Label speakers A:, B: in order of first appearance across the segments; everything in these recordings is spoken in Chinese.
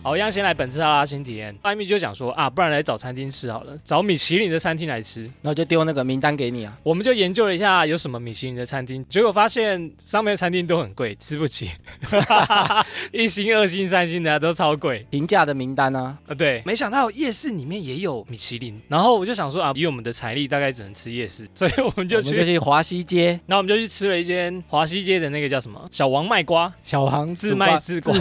A: 好，一样先来本次哈拉新体验。艾米就讲说啊，不然来找餐厅吃好了，找米其林的餐厅来吃。
B: 然后就丢那个名单给你啊。
A: 我们就研究了一下有什么米其林的餐厅，结果发现上面的餐厅都很贵，吃不 起。一星、二星、三星的、啊、都超贵
B: 评价的名单啊，
A: 啊。对，没想到夜市里面也有米其林。然后我就想说啊，以我们的财力大概只能吃夜市，所以我们就
B: 我们就
A: 去，
B: 去华西街
A: 然后我们就去吃了一间华西街的那个叫什么小王卖瓜，
B: 小王
A: 自卖自瓜，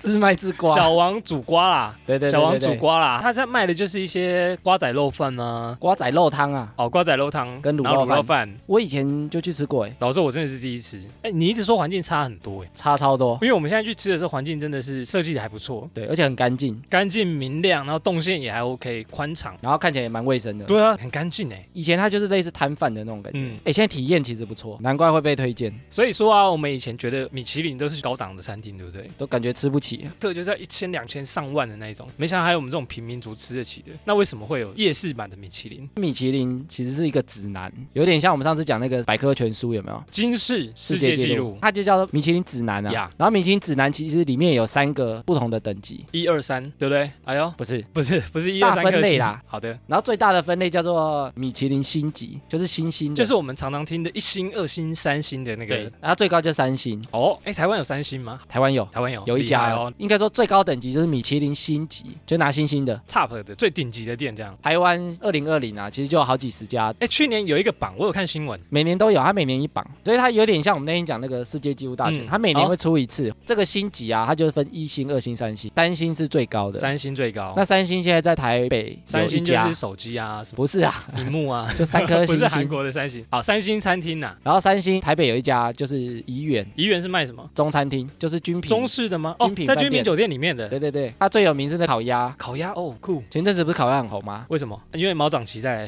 B: 自卖自瓜，
A: 小王煮瓜啦。
B: 对对对对
A: 小王煮
B: 对
A: 瓜啦，他在卖的就是一些瓜仔肉饭啊，
B: 瓜仔肉汤啊。
A: 哦，瓜仔肉汤
B: 跟卤
A: 然后
B: 肉
A: 肉饭。
B: 我以前就去吃过、欸，
A: 老实说，我真的是第一次。哎，你一直说环境差很多哎，
B: 差超多。
A: 因为我们现在去吃的时候，环境真的是设计的还不错，
B: 对，而且很干净，
A: 干净明亮，然后动线也还 OK，宽敞。
B: 然后看起来也蛮卫生的。
A: 对啊，很干净哎。
B: 以前它就是类似摊贩的那种感觉。哎、
A: 嗯，
B: 现在体验其实不错，难怪会被推荐，
A: 所以说啊，我们以前觉得米其林都是高档的餐厅，对不对？
B: 都感觉吃不起。
A: 特就是要一千、两千、上万的那一种，没想到还有我们这种平民族吃得起的。那为什么会有夜市版的米其林？
B: 米其林其实是一个指南，有点像我们上次讲那个百科全书，有没有？
A: 金氏世界纪录，
B: 它就叫做米其林指南啊。
A: 呀
B: 然后米其林指南其实里面有三个不同的等级，
A: 一二三，对不对？哎呦，
B: 不是？
A: 不是不是一
B: 大
A: 二三
B: 分
A: 颗
B: 类
A: 星
B: 啦。
A: 好的，
B: 然后最大的分类叫做米其林星级，就是星星的，
A: 就是我们常常听的一星、二星、三星的那
B: 对
A: 个。。
B: 然后最高就三星，
A: 哦，哎，台湾有三星吗？
B: 台湾有。
A: 台湾有，
B: 有一
A: 厉
B: 家
A: 害
B: 哦
A: 哦，
B: 应该说最高等级就是米其林星级，就拿星星的。
A: ，top 的最顶级的店这样。
B: 台湾二零二零啊，其实就有好几十家，
A: 哎，去年有一个榜，我有看新闻，
B: 每年都有，它每年一榜，所以它有点像我们那天讲那个世界纪录大全，
A: 嗯
B: 它每年
A: 好
B: 会出一次。这个星级啊，它就是分一星、二星、三星，三星是最高的。
A: 三星最高
B: 那。三星现在在台北有
A: 三
B: 一
A: 星就
B: 家，
A: 是手机啊，什么
B: 不是啊，
A: 屏幕啊，
B: 就三颗
A: 不
B: 星
A: 是韩
B: 星。
A: 国的三星。好，三星餐厅呐，
B: 然后三星台北有一家就是怡园
A: 怡园是卖什么？
B: 中餐厅，就是军品。
A: 中式的吗？哦
B: 军，品
A: 在
B: 饭
A: 军品
B: 店
A: 酒店里面的
B: 对对对，它最有名是那烤鸭，
A: 烤鸭，哦，酷。
B: 前阵子不是烤鸭很红吗？
A: 为什么？因为毛长齐 在，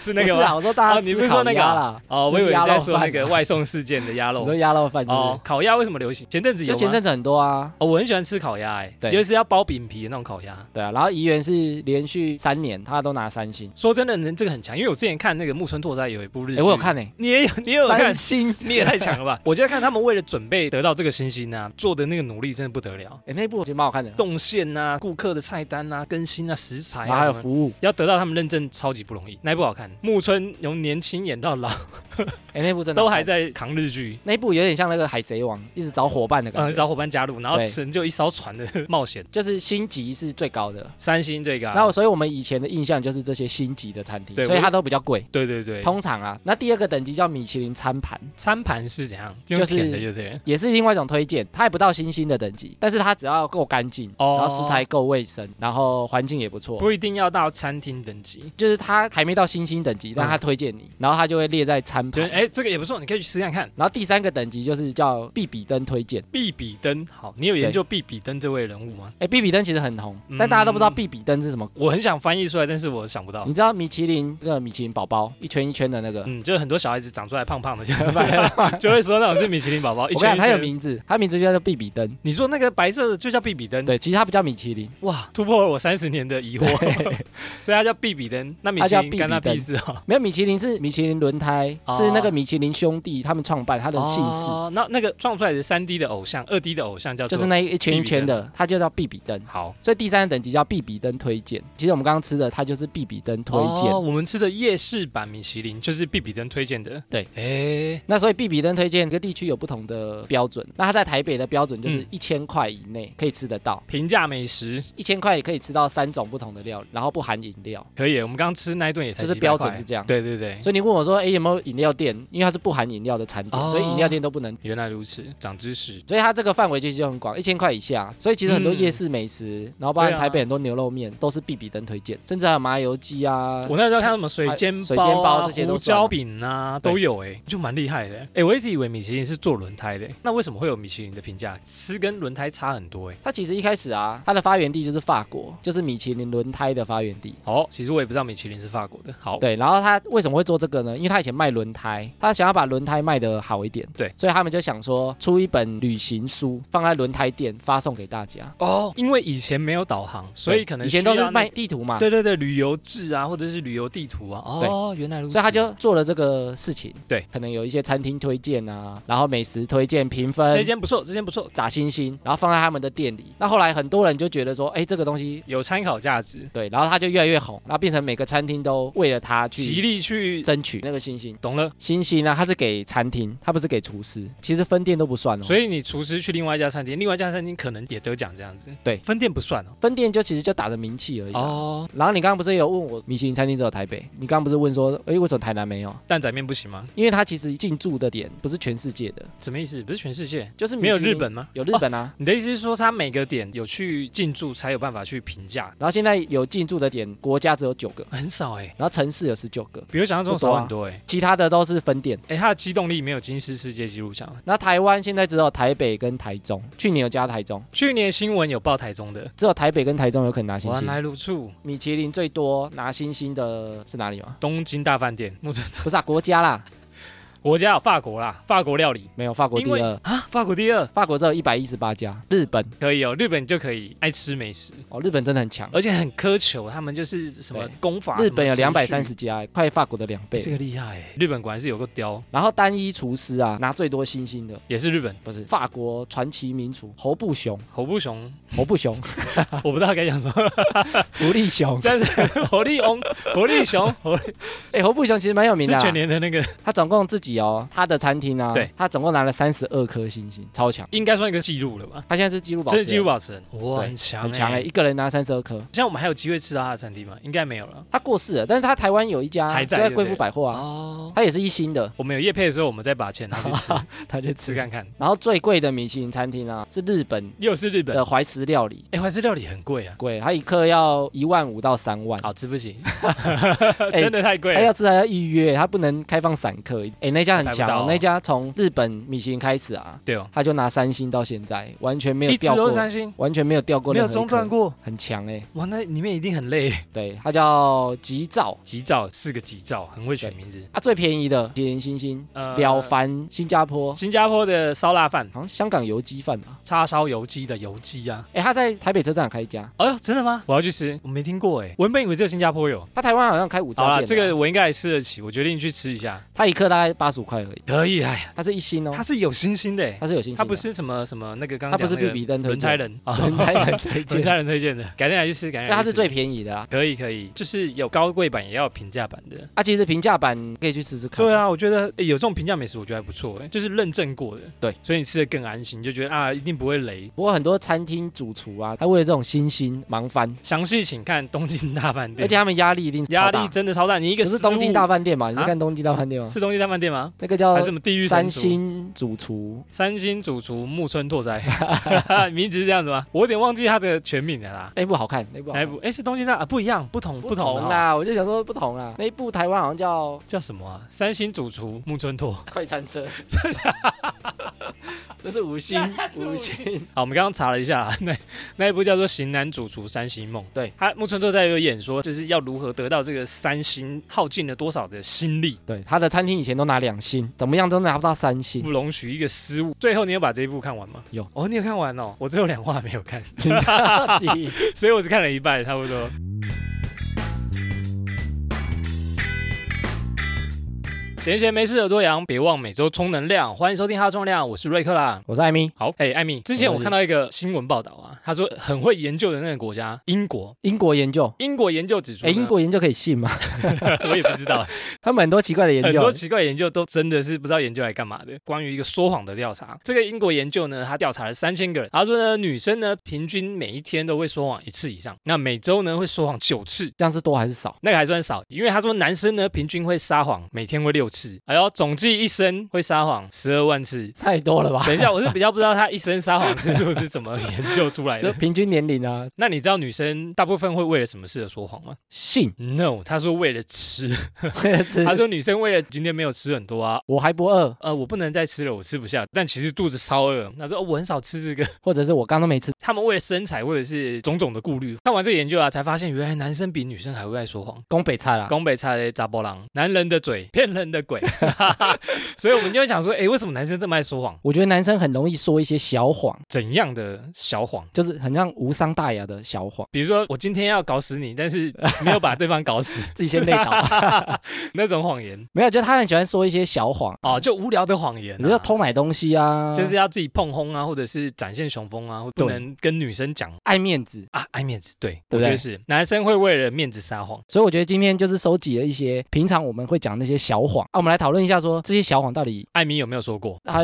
A: 是那个
B: 不是啊，
A: 吗？
B: 我说大
A: 哦
B: 家
A: 你
B: 吃
A: 不是说
B: 烤
A: 那个
B: 鸭
A: 啊
B: 啦，
A: 哦，我
B: 那
A: 以
B: 是
A: 为你
B: 鸭
A: 在
B: 肉
A: 说
B: 饭
A: 那个
B: 啊
A: 外送事件的鸭
B: 你
A: 肉
B: 说。鸭肉饭是不是
A: 哦，烤鸭为什么流行？前阵子有
B: 就
A: 吗
B: 前阵子很多啊，
A: 哦，我很喜欢吃烤鸭，哎，
B: 对
A: 就是要包饼皮的那种烤鸭。
B: 对啊，然后怡园是连续三年他都拿三星，
A: 说真的，能这个很强，因为我之前看那个木村拓哉有一部日
B: 哎、
A: 剧，
B: 我有，看呢、
A: 你 也有，你也有看
B: 三，星，
A: 你也太强了吧！我 就在看他们为了准备得到这个星星啊，做的那个努力真的不得了，
B: 哎、那一部其实蛮好看的，
A: 动线啊、顾客的菜单啊、更新啊、食材
B: 然后还
A: 啊
B: 有
A: 什么。
B: 服务，
A: 要得到他们认证超级不容易，那一部好看。木村由年轻演到老，
B: 哎、那一部真的
A: 都
B: 好看
A: 还，在扛日剧，
B: 那一部有点像那个海贼王，一直找伙伴的感
A: 嗯，
B: 觉，
A: 找伙伴加入，然后
B: 对
A: 成就一艘船的冒 险。
B: 就是星级是最高的。
A: 三星这个、啊，
B: 然后，所以我们以前的印象就是这些星级的餐厅
A: 对，
B: 所以
A: 我
B: 它都比较贵。
A: 对对对，
B: 通常啊，那第二个等级叫米其林餐盘，
A: 餐盘是怎样？
B: 是
A: 用舔的，对不对？
B: 也是另外一种推荐，它也不到星星的等级，但是它只要够干净，
A: 哦
B: 然后食材够卫生，然后环境也不错，
A: 不一定要到餐厅等级，
B: 就是它还没到星星等级，但它推荐你，然后它就会列在餐
A: 觉
B: 盘
A: 得。哎，这个也不错，你可以去试看看。
B: 然后第三个等级就是叫必比登推荐，
A: 毕比登，好，你有研究毕比登这位人物吗？
B: 哎，必比登其实很红
A: 嗯，
B: 但大家都不知道必比登是什么。
A: 我很想翻译出来，但是我想不到。
B: 你知道米其林那个米其林宝宝一圈一圈的那个，
A: 嗯，就是很多小孩子长出来胖胖 的，就是 就会说那种是米其林宝宝。一
B: 我跟
A: 圈一
B: 你讲，它有
A: 圈。
B: 名字，它名字就叫做必比登。
A: 你说那个白色的就叫比比登，
B: 对，其实它不叫米其林，
A: 哇，突破了我三十年的疑惑， 所以它叫比比登，那米
B: 它
A: 其
B: 叫
A: 林
B: 比比
A: 干他屁
B: 登
A: 事哦。
B: 没有米其林是米其林轮胎，
A: 哦
B: 是那个米其林兄弟他们创办他的姓氏，
A: 哦，那那个撞出来的三 D 的偶像、二 D 的偶像叫做
B: 就是那一圈一圈的，它就叫必比登。
A: 好
B: 所以第三个等级叫必比登推荐。其实我们刚刚吃的它就是必比登推荐。
A: 哦我们吃的夜市版米其林就是比比登推荐的。
B: 对，
A: 哎，
B: 那所以必比登推荐各地区有不同的标准，那它在台北的标准就是
A: 嗯
B: 一千块以内可以吃得到，
A: 平价美食
B: 一千块也可以吃到三种不同的料理，然后不含饮料，
A: 可以，我们刚刚吃那一顿也才
B: 就是
A: 700
B: 标准
A: 块
B: 是这样。
A: 对对对，
B: 所以你问我说，哎、有没有饮料店？因为它是不含饮料的餐点，
A: 哦
B: 所以饮料店都不能。
A: 原来如此，长知识。
B: 所以它这个范围其实就很广，一千块以下。所以其实很多
A: 嗯
B: 夜市美食，然后包含
A: 对啊
B: 台北很多牛肉面都是必比登推荐，甚至还有麻油鸡啊。
A: 我那时候看什么水
B: 啊
A: 煎
B: 水
A: 包
B: 煎
A: 啊、
B: 包这些都
A: 胡
B: 算
A: 椒
B: 吗
A: 饼啊，
B: 对
A: 都有哎、就蛮厉害的、哎、我一直以为米其林是做轮胎的、那为什么会有米其林的评价？吃跟轮胎差很多哎、
B: 它其实一开始啊，它的发源地就是法国，就是米其林轮胎的发源地。
A: 哦，其实我也不知道米其林是法国的。好，
B: 对，然后他为什么会做这个呢？因为他以前卖轮胎，他想要把轮胎卖得好一点，
A: 对，
B: 所以他们就想说出一本旅行书，放在轮胎店发送给大家。
A: 哦，因为以前没有导航，所以
B: 对
A: 可能
B: 以前都
A: 需
B: 是
A: 要那
B: 卖地图嘛，
A: 对对对，旅游志啊，或者是旅游地图啊。哦，原来如此。
B: 所以他就做了这个事情。
A: 对，
B: 可能有一些餐厅推荐啊，然后美食推荐评分，
A: 呃这间不错，这间不错。
B: 打星星，然后放在他们的店里。那后来很多人就觉得说，哎，这个东西
A: 有参考价值，
B: 对，然后它就越来越红，然后变成每个餐厅都为了它
A: 极
B: 去
A: 力去
B: 争取那个星星。
A: 懂了。
B: 星星啊呢，它是给餐厅，它不是给厨师，其实分店都不算哦。
A: 所
B: 以
A: 以你厨师去另外一家餐厅，另外一家餐厅可能也得奖这样子，
B: 对
A: 分店不算哦。
B: 分店就其实就打着名气而已啊。
A: 哦，
B: 然后你刚刚不是也有问我米其林餐厅只有台北？你刚刚不是问说，哎，为什么台南没有？
A: 蛋仔面不行吗？
B: 因为它其实进驻的点不是全世界的，
A: 什么意思？不是全世界
B: 就是米
A: 没有
B: 其林
A: 日，本吗？
B: 有日本啊。
A: 你的意思是说，他每个点有去进驻，才有办法去评价，
B: 然后现在有进驻的点，国家只有九个，
A: 很少哎、
B: 然后城市有十九个，
A: 比我想象中少很多哎、
B: 其他的都是分店。
A: 哎、他的机动力没有金氏世界纪录强。
B: 那台湾现在只有台北跟台中，去年有加台中，
A: 去年新闻有报台中的，
B: 只有台北跟台中有可能拿星
A: 原
B: 星。
A: 来如处，
B: 米其林最多拿星星的是哪里吗？
A: 东京大饭店，目前
B: 不是啊，国家啦，
A: 国家有法国啦，法国料理
B: 没有法国第
A: 因
B: 二，
A: 啊，法国第二
B: 法国只有一百一十八家，日本
A: 可以哦，日本就可以爱吃美食，
B: 哦，日本真的很强，
A: 而且很苛求，他们就是什么
B: 对
A: 功法，
B: 日本有
A: 什
B: 两
A: 么
B: 百
A: 程
B: 三
A: 序
B: 十家，快法国的两倍
A: 这。个厉害欸，日本果然是有个雕，
B: 然后单一厨师啊，拿最多星星的
A: 也是日本
B: 不是法国传奇名厨侯布雄，
A: 猴不 熊，
B: 侯布 雄，
A: 我不知道该讲什么，
B: 狐狸 熊。
A: 但是活力 翁、活力熊、活力
B: 哎、侯布雄其实蛮有名
A: 是
B: 的
A: 全
B: 啦，
A: 年的那个，
B: 他总共自己哦，他的餐厅啊，
A: 对，
B: 他总共拿了三十二颗星星，超强。
A: 应该算一个记录了吧？
B: 他现在是纪录保持
A: 真
B: 人，
A: 是纪录保持人，哇，
B: 对
A: 很强
B: 很强哎、
A: 欸
B: 一个人拿三十二颗。
A: 像我们还有机会吃到他的餐厅吗？应该没有了。
B: 他过世了，但是他台湾有一家
A: 还在
B: 就在
A: 对不
B: 贵
A: 对
B: 妇百货啊，
A: 哦，
B: 他也是一星的，
A: 我们有夜配的时候，我们再把钱拿去 吃
B: 他就
A: 吃。看看。
B: 然后最贵的米其林餐厅啊，是日本
A: 又是日本，
B: 的怀石料理，
A: 哎，怀石料理很贵啊，
B: 贵，它一克要一万五到三万。
A: 好吃不 起，哎真的太贵
B: 哎它要
A: 了。
B: 自还要预约，它不能开放散客。哎，那家很强、
A: 买不到
B: 哦
A: 哦，
B: 那家从日本米其林开始啊，
A: 对哦，
B: 他就拿三星到现在，完全没有
A: 一直
B: 掉
A: 都
B: 过
A: 是，三星，
B: 完全没有掉过，
A: 没有中断，过。
B: 很强哎。
A: 哇，那里面一定很累。
B: 对，它叫吉兆
A: 吉兆是个吉兆，很会取名字。
B: 啊，最便宜的吉林星星，
A: 呃
B: 了凡新加坡，
A: 新加坡的烧腊饭，
B: 好像香港油鸡饭吧。
A: 叉烧油鸡的油鸡啊。
B: 哎，他在台北车站开一家，
A: 哎呦，真的吗？我要去吃，我没听过哎。我原本以为只有新加坡有。
B: 他台湾好像开五
A: 好
B: 家
A: 啦，
B: 店。啊
A: 这个，我应该也吃得起，我决定去吃一下。
B: 他一克大概八十五块而已，
A: 可以，哎呀，
B: 它是一星哦
A: 它，是有星星的哎，
B: 它是有星星的，
A: 它不 是什么什么那个刚
B: 它
A: 刚讲
B: 不是
A: 那
B: 比
A: 个
B: 比登推
A: 轮胎
B: 荐，
A: 人啊，
B: 轮胎人推
A: 轮
B: 荐，
A: 胎人推荐的， 改天来去吃，改
B: 所
A: 天
B: 以
A: 来
B: 它
A: 去
B: 是
A: 吃
B: 最便宜的啦。
A: 可以可以，就是有高贵版，也要有平价版的。
B: 啊，其实平价版可以去试试看。
A: 对啊，我觉得、诶有这种平价美食，我觉得还不错，诶就是认证过的。
B: 对，
A: 所以你吃的更安心，你就觉得啊，一定不会雷。
B: 不过很多餐厅主厨啊，他为了这种星星忙翻，
A: 详细请看东京大饭
B: 而
A: 店
B: 且，他们压力一定
A: 压
B: 超大
A: 力真的超大。呃你一个
B: 不是东京大
A: 饭
B: 饭店嘛？你是
A: 啊
B: 看东京大饭店吗？
A: 是东京大饭店吗？
B: 那个
A: 还
B: 叫
A: 是什么地狱
B: 三
A: 神厨
B: 星主厨，
A: 三星主厨木村拓哉， 名字是这样子吗？我有点忘记他的全名了啦。
B: 那一部好看，那一部好
A: 哪一
B: 看
A: 部？哎、是东京大、啊、不一样，不同
B: 不
A: 同
B: 同
A: 啊。
B: 啦，我就想说不同啦。那一部台湾好像叫
A: 叫什么啊？三星主厨木村拓。
B: 快餐 车，这是五星五星，
A: 好，我们刚刚查了一下 啊，那那一部叫做《型男主厨三星梦》，
B: 对
A: 他木村拓哉有演说，就是要如何得到这个三星，耗尽了多少的心力，
B: 对，他的餐厅以前都拿两星，怎么样都拿不到三星。
A: 不容许一个失误。最后你有把这一部看完吗？
B: 有
A: 哦，你有看完哦，我只有两话没有看，哎
B: 到底
A: 所以我只看了一半，差不多。闲闲没事的多阳，别忘每周充能量。欢迎收听哈充量，我是瑞克啦。
B: 我是艾米，
A: 好，哎、艾米，之前我看到一个新闻报道啊，他说很会研究的那个国家英国，
B: 英国研究，
A: 英国研究指出
B: 哎，
A: 呢，
B: 英国研究可以信吗？
A: 我也不知道，
B: 他们很多奇怪的 研
A: 很
B: 究
A: 多，奇怪的研究都真的是不知道研究来干嘛的。关于一个说谎的调查，这个英国研究呢，他调查了三千个人，他说呢，女生呢平均每一天都会说谎一次以上，那每周呢会说谎九次。
B: 这样是多还是少？
A: 那个还算少，因为他说男生呢平均会撒谎，每天会六次，哎呦，总计一生会撒谎十二万次。
B: 太多了吧？
A: 等一下，我是比较不知道他一生撒谎次数是怎么研究出来
B: 就
A: 的。
B: 平均年龄啊，
A: 那你知道女生大部分会为了什么事而说谎吗
B: 信
A: ？No，他说为了吃，
B: 吃
A: 他说女生为了今天没有吃很多啊，
B: 我还不饿，
A: 呃，我不能再吃了，我吃不下。但其实肚子超饿。他说、哦我很少吃这个。
B: 或者是我刚都没吃，
A: 他们为了身材或者是种种的顾虑，看完这个研究啊，才发现原来男生比女生还会爱说谎。
B: 宫北菜啦。
A: 宫北差的查波郎，男人的嘴骗人的鬼， 所以我们就会想说，哎、为什么男生这么爱说谎？
B: 我觉得男生很容易说一些小谎，
A: 怎样的小谎？
B: 就是很像无伤大雅的小谎，
A: 比如说我今天要搞死你，但是没有把对方搞死
B: 自己先累倒。
A: 那种谎言
B: 没有，就他很喜欢说一些小谎，
A: 哦，就无聊的谎言、啊，
B: 比如说偷买东西啊，
A: 就是要自己碰轰啊，或者是展现雄风啊，或不
B: 对
A: 能跟女生讲
B: 爱面子。
A: 啊，爱面子，对，
B: 对不
A: 我觉得
B: 对
A: 是男生会为了面子撒谎。
B: 所以我觉得今天就是收集了一些平常我们会讲那些小谎啊，我们来讨论一下说这些小谎到底
A: 艾米有没有说过
B: 他，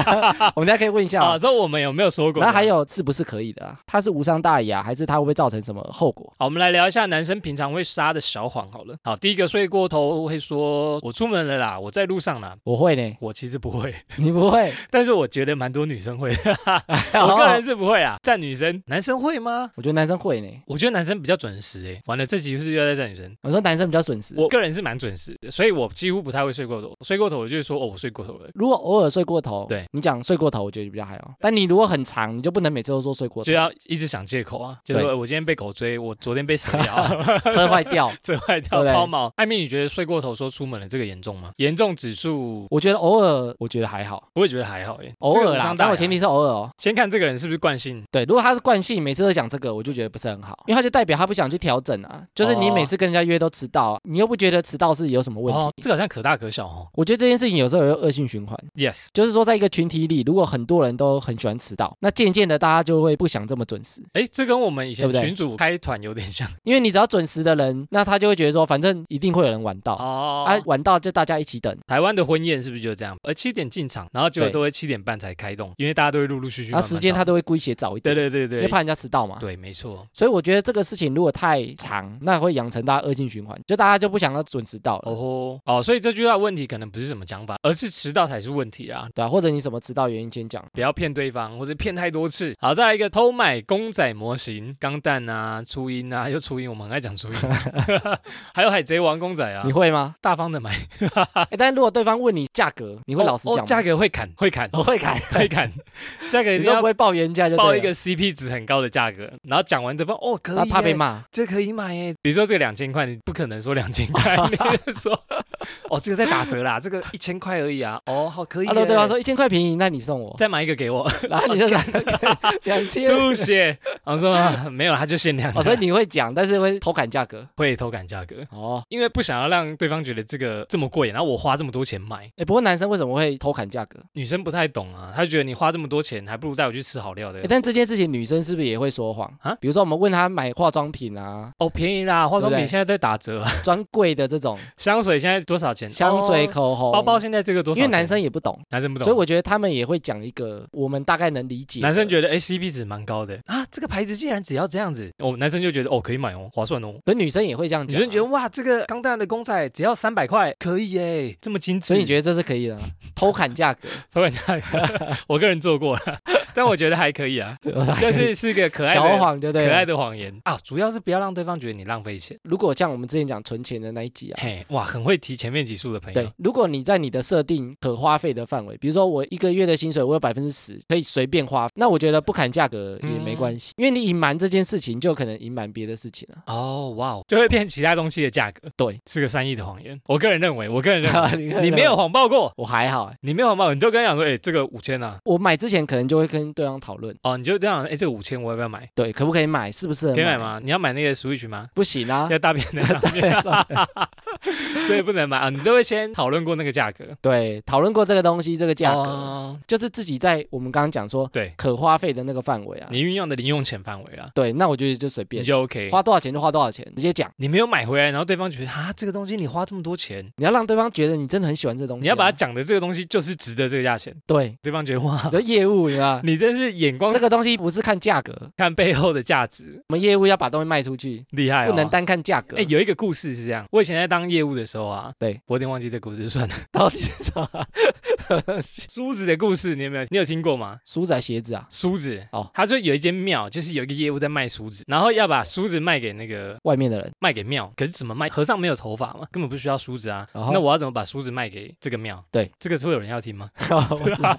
B: 我们大家可以问一下
A: 啊？
B: 啊。
A: 这我们有没有说过？
B: 然后还有是不是可以的啊？他是无伤大雅，还是他会不会造成什么后果？
A: 好，我们来聊一下男生平常会撒的小谎好了。好，第一个睡过头会说“我出门了啦，我在路上啦
B: 我会呢”，，
A: 我其实不会，
B: 你不会。
A: 但是我觉得蛮多女生会， 我个人是不会啊。站女生，男生会吗？
B: 我觉得男生会呢。
A: 我觉得男生比较准时诶、完了，这集就是又在站女生。
B: 我说男生比较准时，
A: 我个人是蛮准时的，所以我几乎不太会睡过头。睡过头，我就会说哦，我睡过头了。
B: 如果偶尔睡过头，
A: 对
B: 你讲睡过头，我觉得比较还好。但你如果很长，你就不能每次都说睡过头，
A: 就要一直想借口啊，就是
B: 对
A: 说我今天被狗追，我昨天被啊蛇 咬，
B: 车坏掉。
A: 这坏掉
B: 对不对
A: 抛锚。艾米，你觉得睡过头说出门了这个严重吗？严重指数，
B: 我觉得偶尔，我觉得还好，
A: 我也觉得还好耶，
B: 偶
A: 这个
B: 尔
A: 无
B: 啦
A: 伤。大雅
B: 但我前提是偶尔哦。
A: 先看这个人是不是惯性，
B: 对，如果他是惯性，每次都讲这个，我就觉得不是很好，因为他就代表他不想去调整啊。就是你
A: 哦
B: 每次跟人家约都迟到啊，你又不觉得迟到是有什么问题？
A: 哦，这个好像可大可小哦。
B: 我觉得这件事情有时候有恶性循环，
A: Yes，
B: 就是说，在一个群体里，如果很多人都很喜欢迟到，那渐渐的大家就会不想这么准时，
A: 哎，这跟我们以前
B: 对不对
A: 群主开团有点像
B: 因为你只要准时的人，那他就会觉得说，反正一定会有人晚到，
A: 哦。
B: 啊，晚到就大家一起等，
A: 台湾的婚宴是不是就这样？呃，七点进场，然后结果
B: 对
A: 都会七点半才开动，因为大家都会陆陆续续
B: 然
A: 慢慢
B: 后
A: 到。
B: 时间他都会故意写早一
A: 对
B: 点，
A: 对对
B: 因
A: 对
B: 为怕人家迟到嘛。
A: 对，没错。
B: 所以我觉得这个事情如果太长，那会养成大家恶性循环，就大家就不想要准时到了。
A: 哦吼，哦，所以这句话问题可能不是什么讲法，而是迟到才是问题啊！
B: 对啊，或者你什么迟到原因先讲，
A: 不要骗对方，或者骗太多次。好，再来一个偷买公仔模型、钢弹啊、初音啊，又初音，我们很爱讲初 音，还有海贼王公仔啊
B: 你，会吗？
A: 大方的买，
B: 诶但如果对方问你价格，你
A: 你
B: 会老实讲吗？
A: 哦价格会砍，会砍，
B: 我会改，
A: 会砍，价格一 定
B: 你就不
A: 要
B: 会报原价就
A: 报
B: 对
A: 一
B: 了
A: 个 CP 值很高的价格，然后讲完对方哦可以
B: 他
A: 耶，
B: 怕被骂，
A: 这可以买耶。比如说这个两千块，你不可能说两千 块，你就说哦这个在打折啦，这个一千块而已啊，哦好可以耶。
B: 啊，如果对方说一千块便宜，那你 送我，
A: 再买一个给我，
B: 然后你就 两 千，
A: 吐血。然后说、啊、没有，他就限量的。
B: 哦，所以你会讲，但是会偷砍价格。
A: 会偷砍价格，
B: 哦，
A: 因为不想要让对方觉得这个这么贵，然后我花这么多钱买，
B: 哎，不过男生为什么会偷砍价格？
A: 女生不太懂啊，她觉得你花这么多钱，还不如带我去吃好料的
B: 诶。但这件事情女生是不是也会说谎
A: 啊，
B: 比如说我们问她买化妆品啊
A: 哦，便宜啦，化妆品
B: 对不对
A: 现在在打折啊，
B: 专柜的这种
A: 香水现在多少钱？
B: 香水、
A: 哦
B: 口红、
A: 包包，现在这个多少
B: 因
A: 钱？
B: 为男生也不懂，
A: 男生不懂，啊
B: 所以我觉得他们也会讲一个我们大概能理解的。
A: 男生觉得哎 CP 值蛮高的啊，这个牌子竟然只要这样子，哦，男生就觉得哦可以买哦，划算哦。
B: 可是女生也会这样
A: 女
B: 讲啊、
A: 生觉得哇，这个钢弹的公仔只要三百块，可以耶，这么精致。
B: 所以你觉得这是可以的啊，偷砍价格，
A: 偷砍价格， 我个人做过 了，但我觉得还可以 啊，就是是个可爱
B: 小
A: 的。
B: 谎就对
A: 可爱
B: 了。
A: 的谎言啊，主要是不要让对方觉得你浪费钱。
B: 如果像我们之前讲存钱的那一集啊，
A: 嘿，哇，很会提前面几数的朋友
B: 对，，如果你在你的设定可花费的范围，比如说我一个月的薪水，我有百分之十可以随便花，那我觉得不砍价格也
A: 嗯
B: 没关系，因为你隐瞒这件事情，就可能隐瞒别的事情了。
A: 哦，哇哦，就会骗其他东西的价格。
B: 对，
A: 是个善意的谎言。我个人认为，我个人认
B: 你
A: 为，
B: 看
A: 你没有谎报过，
B: 我还好欸，
A: 你没有谎报，你就跟他讲说，哎、这个五千啊，
B: 我买之前可能就会跟对方讨论，
A: 哦，你就这样，哎、这个五千我要不要买？
B: 对，可不可以买，适不适合
A: 可以买？吗？你要买那个 Switch 吗？
B: 不行啊，
A: 要大便在上面，所以不能买啊！你都会先讨论过那个价格，
B: 对，讨论过这个东西，这个价格，
A: 哦
B: 就是自己在我们刚刚讲说
A: 对
B: 可花费的那个范围啊，
A: 你运用的零用钱范围啦，啊
B: 对，那我觉得就随
A: 你
B: 便。
A: 就 OK。
B: 花多少钱就花多少钱，直接讲。
A: 你没有买回来，然后对方觉得啊，这个东西你花这么多钱，
B: 你要让对方觉得你真的很喜欢这东西啊、
A: 你要把它讲的这个东西就是值得这个价钱，
B: 对，
A: 对方觉得哇，
B: 就业务，你知道吗，
A: 你真是眼光
B: 这个东西不是看价格，
A: 看背后的价值，
B: 我们业务要把东西卖出去，
A: 厉害、哦，
B: 不能。单看价格。
A: 哎，有一个故事是这样，我以前在当业务的时候啊，
B: 对
A: 我有点忘记这故事，算了。
B: 到底是什么？
A: 梳子的故事，你有没有？你有听过吗？
B: 书仔鞋子啊，
A: 梳子
B: 哦
A: 他说有一间庙，就是有一个业务在卖梳子，然后要把梳子卖给那个
B: 外面的人
A: 卖给庙，可是怎么卖？和尚没有头发嘛，根本不需要梳子啊。
B: 然后
A: 那我要怎么把梳子卖给这个庙？
B: 对，
A: 这个是会有人要听吗？
B: 我知道，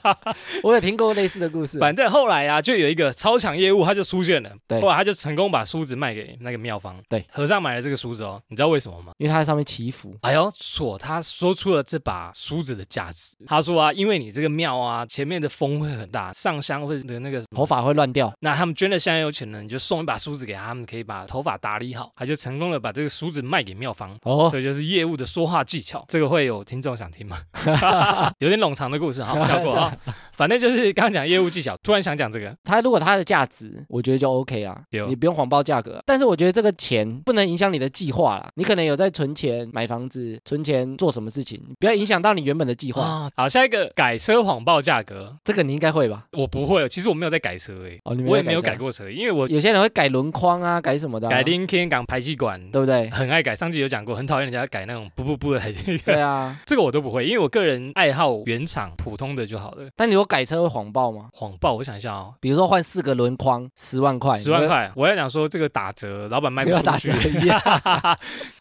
B: 我有听过类似的故事。
A: 反正后来啊，就有一个超强业务，他就出现了。
B: 对
A: 后来他就成功把梳子卖给那个庙方。
B: 对，
A: 和尚买了这个梳子哦，你知道为什么吗？
B: 因为它在上面祈福，
A: 哎呦，错！他说出了这把梳子的价值。他说啊，因为你这个庙啊，前面的风会很大，上香会的那个什么
B: 头发会乱掉。
A: 那他们捐的香油钱呢，你就送一把梳子给他，他们可以把头发打理好。他就成功的把这个梳子卖给妙方。
B: 哦，
A: 这就是业务的说话技巧，这个会有听众想听吗？ 有点冗长的故事哈， 跳过啊。反正就是刚刚讲业务技巧，突然想讲这个，
B: 它如果它的价值，我觉得就 OK 啦
A: 对哦，
B: 你不用谎报价格。但是我觉得这个钱不能影响你的计划啦，你可能有在存钱买房子，存钱做什么事情，不要影响到你原本的计划。
A: 哇，好，下一个改车谎报价格，
B: 这个你应该会吧？
A: 我不会，其实我没有在改车诶、
B: 哦，你
A: 我也没有
B: 改
A: 改
B: 过。
A: 过车，欸因为我
B: 有些人会改轮框啊，改什么的啊、
A: 改 Linkin 港排气管。？
B: 对不对
A: 很爱改，上集有讲过，很讨厌人家改那种不不不的排气管，
B: 对啊，
A: 这个我都不会，因为我个人爱好原厂普通的就好了。
B: 但你如果改车会谎报吗？
A: 谎报，我想一下哦，
B: 比如说换四个轮框，十万块，
A: 十万块，我要讲说这个打折，老板卖
B: 你
A: 不
B: 会，
A: 出
B: 要
A: 去，
B: 打折一样，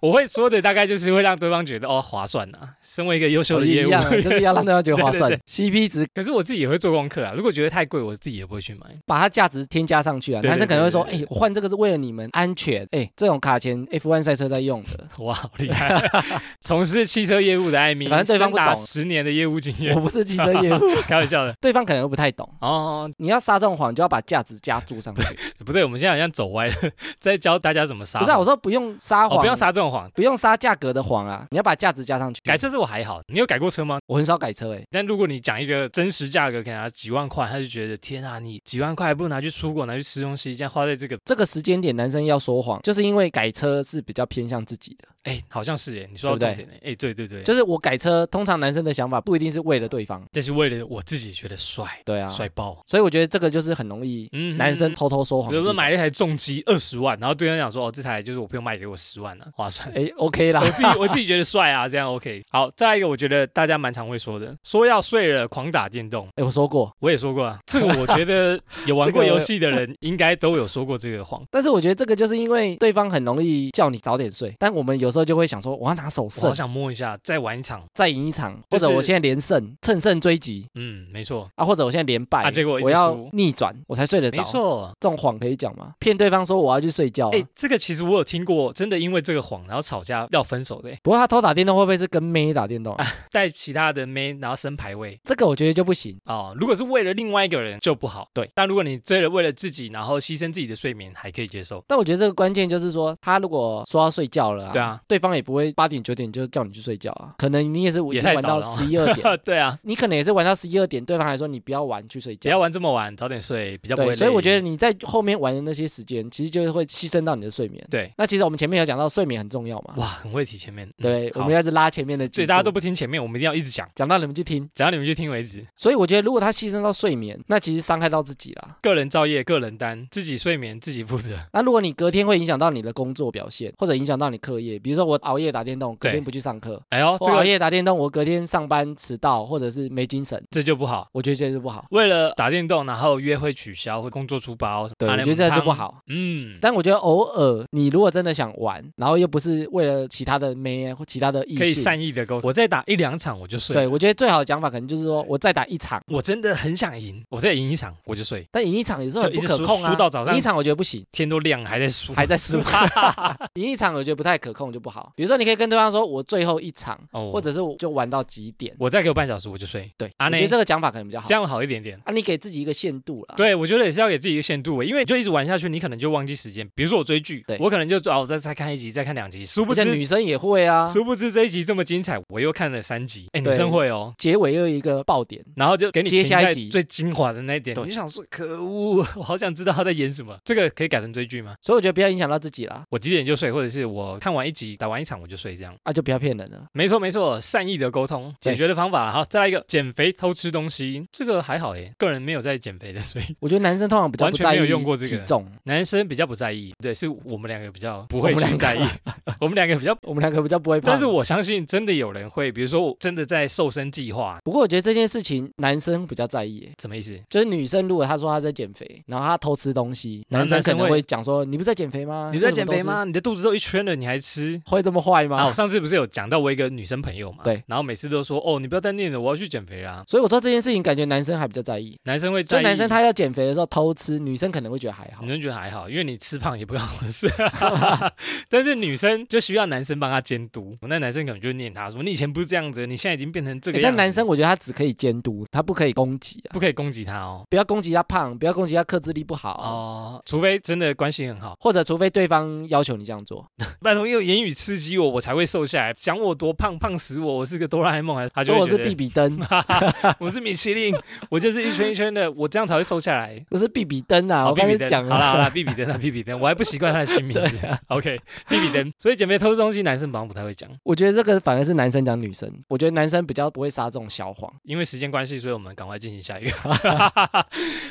A: 我会说的大概就是会让对方觉得哦划算呐、身为一个优秀的业
B: 哦一
A: 务，
B: 样，啊就是要让大家觉得划算
A: 对
B: ，CP 值
A: 可是我自己也会做功课啦。啊如果觉得太贵，我自己也不会去买。
B: 把它价值添加上去啊。
A: 对对
B: 男生可能会说，
A: 对对
B: 哎，我换这个是为了你们安全，哎，这种卡钳 F1 赛车在用 的，
A: 哇，好厉害！ 从事汽车业务的艾米，
B: 反正对方不懂
A: 深达十年的业务经
B: 我
A: 验，
B: 不是汽车 业务，
A: 开玩笑的。
B: 对方可能会不太懂。
A: 哦，
B: 你要撒这种谎，你就要把价值加 注上去。
A: 不对，我们现在好像走歪了， 在教大家怎么撒
B: 不
A: 谎。
B: 是、啊，我说不用撒
A: 哦
B: 谎，
A: 不要撒这种谎。
B: 不用撒价格的谎啊，你要把价值加上去。
A: 改车是我还好，你有改过车吗？
B: 我很少改车哎、
A: 但如果你讲一个真实价格，可能要几万块，他就觉得天啊，你几万块还不如拿去出国，拿去吃东西，这样花在这个，
B: 这个时间点男生要说谎，就是因为改车是比较偏向自己的，
A: 哎，好像是哎，你说到
B: 对
A: 重
B: 不对
A: 点哎，哎，对对对，
B: 就是我改车，通常男生的想法不一定是为了对方，
A: 这是为了我自己觉得帅，
B: 对啊，
A: 帅爆。
B: 所以我觉得这个就是很容易
A: 嗯
B: 男生偷偷说谎
A: 比
B: 的
A: 如
B: 地
A: 说
B: 方。
A: 买了一台重机二十万，然后对方讲说哦，这台就是我朋友卖给我十万了、划算。
B: 哎，OK 啦
A: 我，自己我自己觉得帅啊，这样 OK。好，再来一个，我觉得大家蛮常会说的，说要睡了狂打电动，
B: 哎，我说过，
A: 我也说过啊。这个我觉得有玩过
B: 这个
A: 游戏的人应该都有说过这个谎。
B: 但是我觉得这个就是因为对方很容易叫你早点睡，但我们有时候就会想说，我要拿手
A: 我 好
B: 胜，
A: 想摸一下，再玩一场。
B: 再赢一场，
A: 就
B: 或
A: 是
B: 者我现在连胜，趁胜追击
A: 嗯，没错，
B: 啊，或者我现在连败，
A: 啊结果一直
B: 我要
A: 输
B: 逆转，我才睡得
A: 没
B: 着。
A: 错。
B: 这种谎可以讲吗？骗对方说我要去睡觉、啊。
A: 哎、这个其实我有听过，真的因为这个谎然后吵架要分手的、
B: 不过他偷打电动会不会是跟妹打电动啊、
A: 带其他的妹然后升排位。
B: 这个我觉得就不行。
A: 哦，如果是为了另外一个人就不好，
B: 对。
A: 但如果你追了为了自己，然后牺牲自己的睡眠，还可以接受。
B: 但我觉得这个关键就是说，他如果说要睡觉了、
A: 对，啊，
B: 对方也不会八点九点就叫你去睡觉啊，可能你也是已
A: 也
B: 经
A: 太
B: 玩
A: 早
B: 到
A: 了哦
B: 十一二
A: 呃
B: 点，
A: 对啊，
B: 你可能也是玩到十一二点，对方还说你不要玩去睡
A: 不
B: 觉。
A: 要玩这么晚，早点睡比较不会
B: 对，
A: 累。
B: 所以我觉得你在后面玩的那些时间，其实就是会牺牲到你的睡眠。
A: 对，
B: 那其实我们前面有讲到睡眠很重要嘛，
A: 哇，很会提前面。嗯
B: 啊 对，
A: 好
B: 我们要一直拉前面的集数，
A: 所以大家都不听前面，我们一定要一直讲，
B: 讲到你们去听。
A: 讲到你们去听为止。
B: 所以我觉得如果他牺牲到睡眠，那其实伤害到自己啦。
A: 个人造业，个人担，自己睡眠自己负责。
B: 那如果你隔天会影响到你的工作表现，或者影响到你课业，比如说我熬夜打电动，隔
A: 对
B: 天不去上课，
A: 哎呦，这
B: 我熬
A: 个
B: 夜打电动，我隔天上班迟到或者是没精神，
A: 这就不好。
B: 我觉得这就不好。
A: 为了打电动，然后约会取消或工作出包，
B: 对，
A: 阿
B: 我
A: 联
B: 觉得这
A: 盟
B: 就不
A: 啊汤。
B: 好。
A: 嗯，
B: 但我觉得偶尔你如果真的想玩，然后又不是为了其他的妹啊或其他的异
A: 可以
B: 性，
A: 善意的沟通。我再打一两场我就睡。
B: 对，我觉得最好的讲法可能就是说我再打一场，
A: 我真的很想赢，我再赢一场我就睡，
B: 但赢一场有时候
A: 就
B: 很不
A: 一直
B: 可
A: 输
B: 控啊，
A: 输到早上
B: 赢一场我觉得不行。
A: 天都亮了还在输。
B: 还 在输，赢一场我觉得不太可控就不好。比如说，你可以跟对方说，我最后一场，
A: 哦
B: 或者是我就玩到几点，
A: 我再给我半小时我就睡，
B: 对，
A: 啊
B: 我觉
A: 那
B: 得这个讲法可能比较好
A: 这。样好一点点。
B: 啊，你给自己一个限度啦。，
A: 对，我觉得也是要给自己一个限度，欸因为你就一直玩下去，你可能就忘记时间。比如说我追剧
B: 对，
A: 我可能就哦再再看一集，再看两集，殊不
B: 而且
A: 知
B: 女生也会啊，
A: 殊不知这一集这么精彩，我又看了三集。哎，女
B: 对
A: 生会哦。
B: 结尾又有一个爆点。
A: 然后就给你
B: 接
A: 停
B: 下一
A: 在
B: 集
A: 最精华的那一点，
B: 对
A: 你就想说可恶， 我好想知道他在演什么。这个可以改成追剧吗？
B: 所以我觉得不要影响到自己啦。
A: 我几点就睡，或者是我看完一己打完一场我就睡这样。
B: 啊，就不要骗人了。
A: 没错没错，善意的沟通解
B: 对
A: 决的方法。好，再来一个，减肥偷吃东西，这个还好诶，个人没有在减肥的，所以
B: 我觉得男生通常比较
A: 完
B: 不
A: 全
B: 在
A: 没有
B: 意
A: 用过这个
B: 体重，
A: 男生比较不在意。对，是我们两个比较不
B: 我
A: 会
B: 们两
A: 去
B: 个
A: 在意， 我们两个比较。
B: 我们两个比较不会胖。
A: 但是我相信真的有人会，比如说我真的在瘦身计划，
B: 不过我觉得这件事情男生比较在意耶，
A: 什么意思？
B: 就是女生如果她说她在减肥，然后她偷吃东西，
A: 然后
B: 男生
A: 男生
B: 可能
A: 会
B: 会讲说你不是在减肥吗？
A: 你不是在
B: 啊为什
A: 减
B: 么
A: 肥
B: 偷吃？
A: 吗？你的肚子都一圈了，你还吃？
B: 会这么坏
A: 啊，我
B: 吗？
A: 上次不是有讲到我一个女生朋友嘛，
B: 对，
A: 然后每次都说哦，你不要再念了，我要去减肥啦。
B: 所以我说这件事情感觉男生还比较在意，
A: 男生会
B: 所
A: 在
B: 以
A: 意，嗯
B: 男生他要减肥的时候偷吃，女生可能会觉得还好
A: 女。生觉得还好，因为你吃胖也不关我的 事， 但是女生就需要男生帮她监督。那男生可能就念她说：“你以前不是这样子，你现在已经变成这个
B: 诶
A: 样
B: 欸但
A: 子。”
B: 男生我觉得他只可以监督，他不可以攻击啊！
A: 不可以攻击她哦。
B: 不要攻击他胖，不要攻击他克制力不好，
A: 哦，除非真的关系很好，
B: 或者除非对方要求你这样做。
A: 拜托用言语刺激我，我才会瘦下来。讲我多胖，胖死我，我是个哆啦 A 梦，还他就
B: 说我
A: 会觉
B: 是
A: 得
B: 比比登，
A: 我是米其林，我就是一圈一圈的，我这样才会瘦下来。
B: 我是比比登啊！
A: 好，
B: 我
A: 比
B: 刚
A: 哦比
B: 才
A: 登，
B: 讲
A: 好啦好
B: 了， 啊
A: 啦，比比登啊，比比登，我还不习惯他的新名字。OK，比比登。所以减肥偷吃东西，男生好像不太会讲，
B: 我觉得这个反而是男生讲女生，我觉得男生比较不会撒这种小谎。
A: 因为时间关系，所以我们赶快进行下 一个。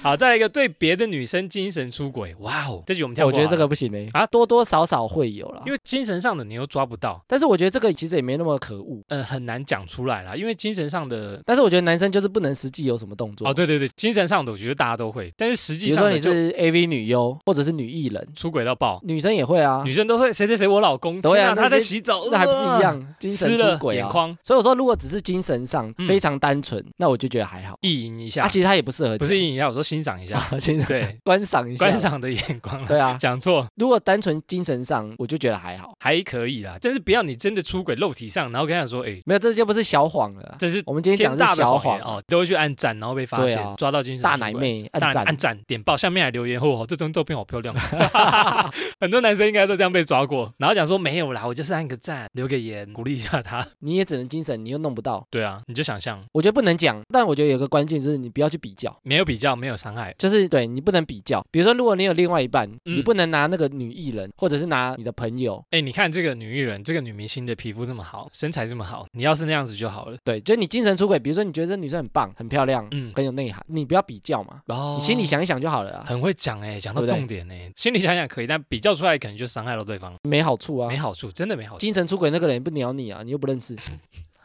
A: 好，再来一个对别的女生精神出轨。哇哦，这集我们跳
B: 我
A: 过
B: 觉
A: 啊，
B: 得这个不行嘞、
A: 啊
B: 啊，多多少少会有啦
A: 因。为精神上的你又抓不到，
B: 但是我觉得这个其实也没那么可恶。
A: 嗯，很难讲出来啦。因为精神上的，
B: 但是我觉得男生就是不能实际有什么动作。
A: 哦，对对对，精神上的我觉得大家都会，但是实
B: 比
A: 际
B: 如
A: 上
B: 说
A: 的
B: 你
A: 就是
B: AV 女优或者是女艺人，
A: 出轨到爆。
B: 女生也会啊
A: 女，生都会谁谁谁我老公，
B: 对啊
A: 天
B: 那
A: 他在
B: 些
A: 洗澡，
B: 那还不是
A: 呃
B: 一，样精神
A: 湿
B: 出
A: 了
B: 轨
A: 眼
B: 啊？
A: 眶，
B: 所以我说，如果只是精神上
A: 嗯
B: 非常单纯，那我就觉得还好。
A: 意淫一
B: 啊，
A: 下，
B: 其实他也不适合，
A: 不是意淫一下，我说欣赏一下，
B: 啊，欣赏
A: 对，
B: 观赏一下，
A: 观。赏的眼光啦。
B: 对啊，
A: 讲错
B: 如果单纯精神上，我就觉得还好，
A: 还可以啦，但是不要你真的出轨肉体上，然后跟他说，哎、
B: 没有，这就不是小谎了啊。
A: 这是
B: 我们今天讲
A: 天
B: 的
A: 大
B: 是
A: 的
B: 小
A: 谎
B: 谎
A: 言，哦，都会去按赞，然后被发
B: 对
A: 现，
B: 啊
A: 抓到精神
B: 大
A: 出
B: 奶
A: 轨。
B: 妹
A: 大
B: 暗
A: 奶
B: 赞
A: 按赞点爆，下面还留言哦，这张照片好漂亮，啊 很多男生应该都这样被抓过，然后讲说没有啦，我就是按个赞，留个言，鼓励一下他。
B: 你也只能精神，你又弄不到。
A: 对啊，你就想象
B: 我觉得不能讲，但我觉得有个关键就是你不要去比较，
A: 没有比较，没有伤害，
B: 就是对你不能比较。比如说，如果你有另外一半，
A: 嗯
B: 你不能拿那个女艺人，或者是拿你的朋友，
A: 哎，你看这个女艺人，这个女明星的皮肤这么好，身材这么好，你要是那样子就好了。
B: 对，就是你精神出轨。比如说，你觉得这女生很棒、很漂亮，
A: 嗯
B: 嗯，很有内涵，你不要比较嘛，
A: 哦
B: 你心里想一想就好了啊，
A: 很会讲哎、讲到
B: 对不对
A: 重点哎、心里想想可以，但比较出来可能就伤害到对方，
B: 没好处啊
A: 没。好处，真的没好处，
B: 精神出轨那个人也不鸟你啊，你又不认识，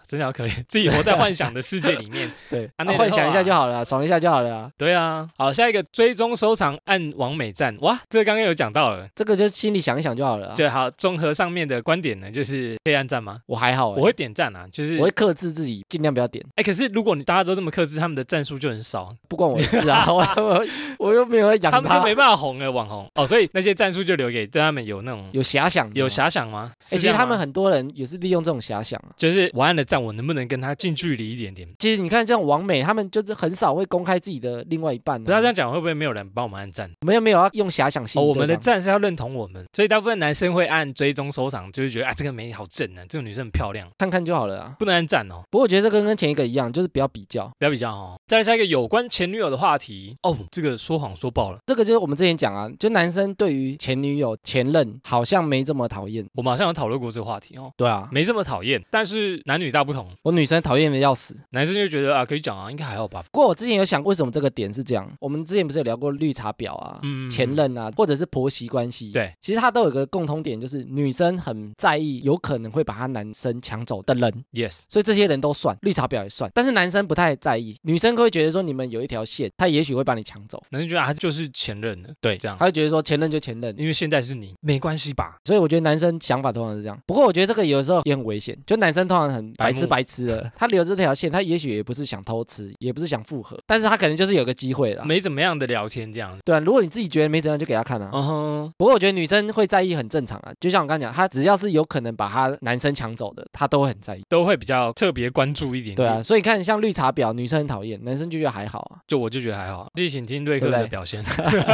A: 真的好可怜，自己活在幻想的世界里 面。
B: 对，
A: 啊
B: 啊
A: 那个
B: 幻想
A: 后
B: 一
A: 啊
B: 下就好了啊，爽一下就好了啊。
A: 对啊，好，下一个追踪收藏按完美赞，哇，这个刚刚有讲到了。
B: 这个就心里想一想就好了啊。
A: 就好，综合上面的观点呢，就是可以按赞吗？
B: 我还好欸，
A: 我会点赞啊，就是
B: 我会克制自己，尽量不要点，
A: 哎，可是如果你大家都这么克制，他们的赞数就很 少，
B: 不关我的事 啊，我我我又没有养
A: 他们就
B: 他，
A: 没办法红了网红哦，所以那些赞数就留给对他们有那种
B: 有遐想的
A: 有
B: 嘛
A: 遐想吗？
B: 哎、
A: 是
B: 嗯其
A: 这
B: 实
A: 样
B: 他们
A: 吗
B: 很多人也是利用这种遐想啊。
A: 就是我按了赞，我能不能跟他近距离一点点？
B: 其实你看，这种王美他们就是很少会公开自己的另外一半、啊。
A: 不要这样讲，会不会没有人帮我们按赞？
B: 没有没有要用遐想性。
A: 哦，我们的赞是要认同我们，所以大部分男生会按追踪收藏，就是觉得啊，这个美女好正啊，这个女生很漂亮，
B: 看看就好了啊。
A: 不能按赞哦，
B: 不过我觉得这跟跟前一个一样，就是不要比较。
A: 不要比较哦。再来下一个有关前女友的话题哦，这个说谎说爆了，
B: 这个就是我们之前讲啊，就男生对于前女友、前任好像没这么讨厌。
A: 我们好像有讨论过这个话题哦。
B: 对啊，
A: 没这么讨厌，但是男女大不同，
B: 我女生讨厌的要死。
A: 男生就觉得啊，可以讲啊，应该还好吧。
B: 不过我之前有想，为什么这个点是这样？我们之前不是有聊过绿茶婊啊？
A: 嗯
B: 前任啊，或者是婆媳关系，
A: 对，
B: 其实它都有个共通点，就是女生很在意有可能会把她男生抢走的人，
A: ，yes，
B: 所以这些人都算，绿茶婊也算，但是男生不太在意，女生会觉得说你们有一条线，她也许会把你抢走，
A: 男生觉得啊，他就是前任了，对，这样
B: 她，会觉得说前任就前任。
A: 因为现在是你，没关系吧？
B: 所以我觉得男生想法通常是这样，不过我觉得这个有时候也很危险，就男生通常很白
A: 白
B: 痴
A: 目
B: 白 痴的，他留这条线，他也许也不是想偷吃，也不是想复合，但是他可能就是有个机会啦。
A: 没怎么样的聊天这样，
B: 对啊，如果你自己觉得没怎样，就给他看啊。
A: 嗯哼，
B: 不过我觉得女生会在意很正常啊，就像我刚刚讲，她只要是有可能把她男生抢走的，她都会很在意。啊
A: 都会比较特别关注一点点。
B: 对啊，所以看像绿茶婊，女生很讨厌，男生就觉得还好啊，
A: 就我就觉得还好。继续请听瑞克
B: 对不
A: 的
B: 对
A: 表现，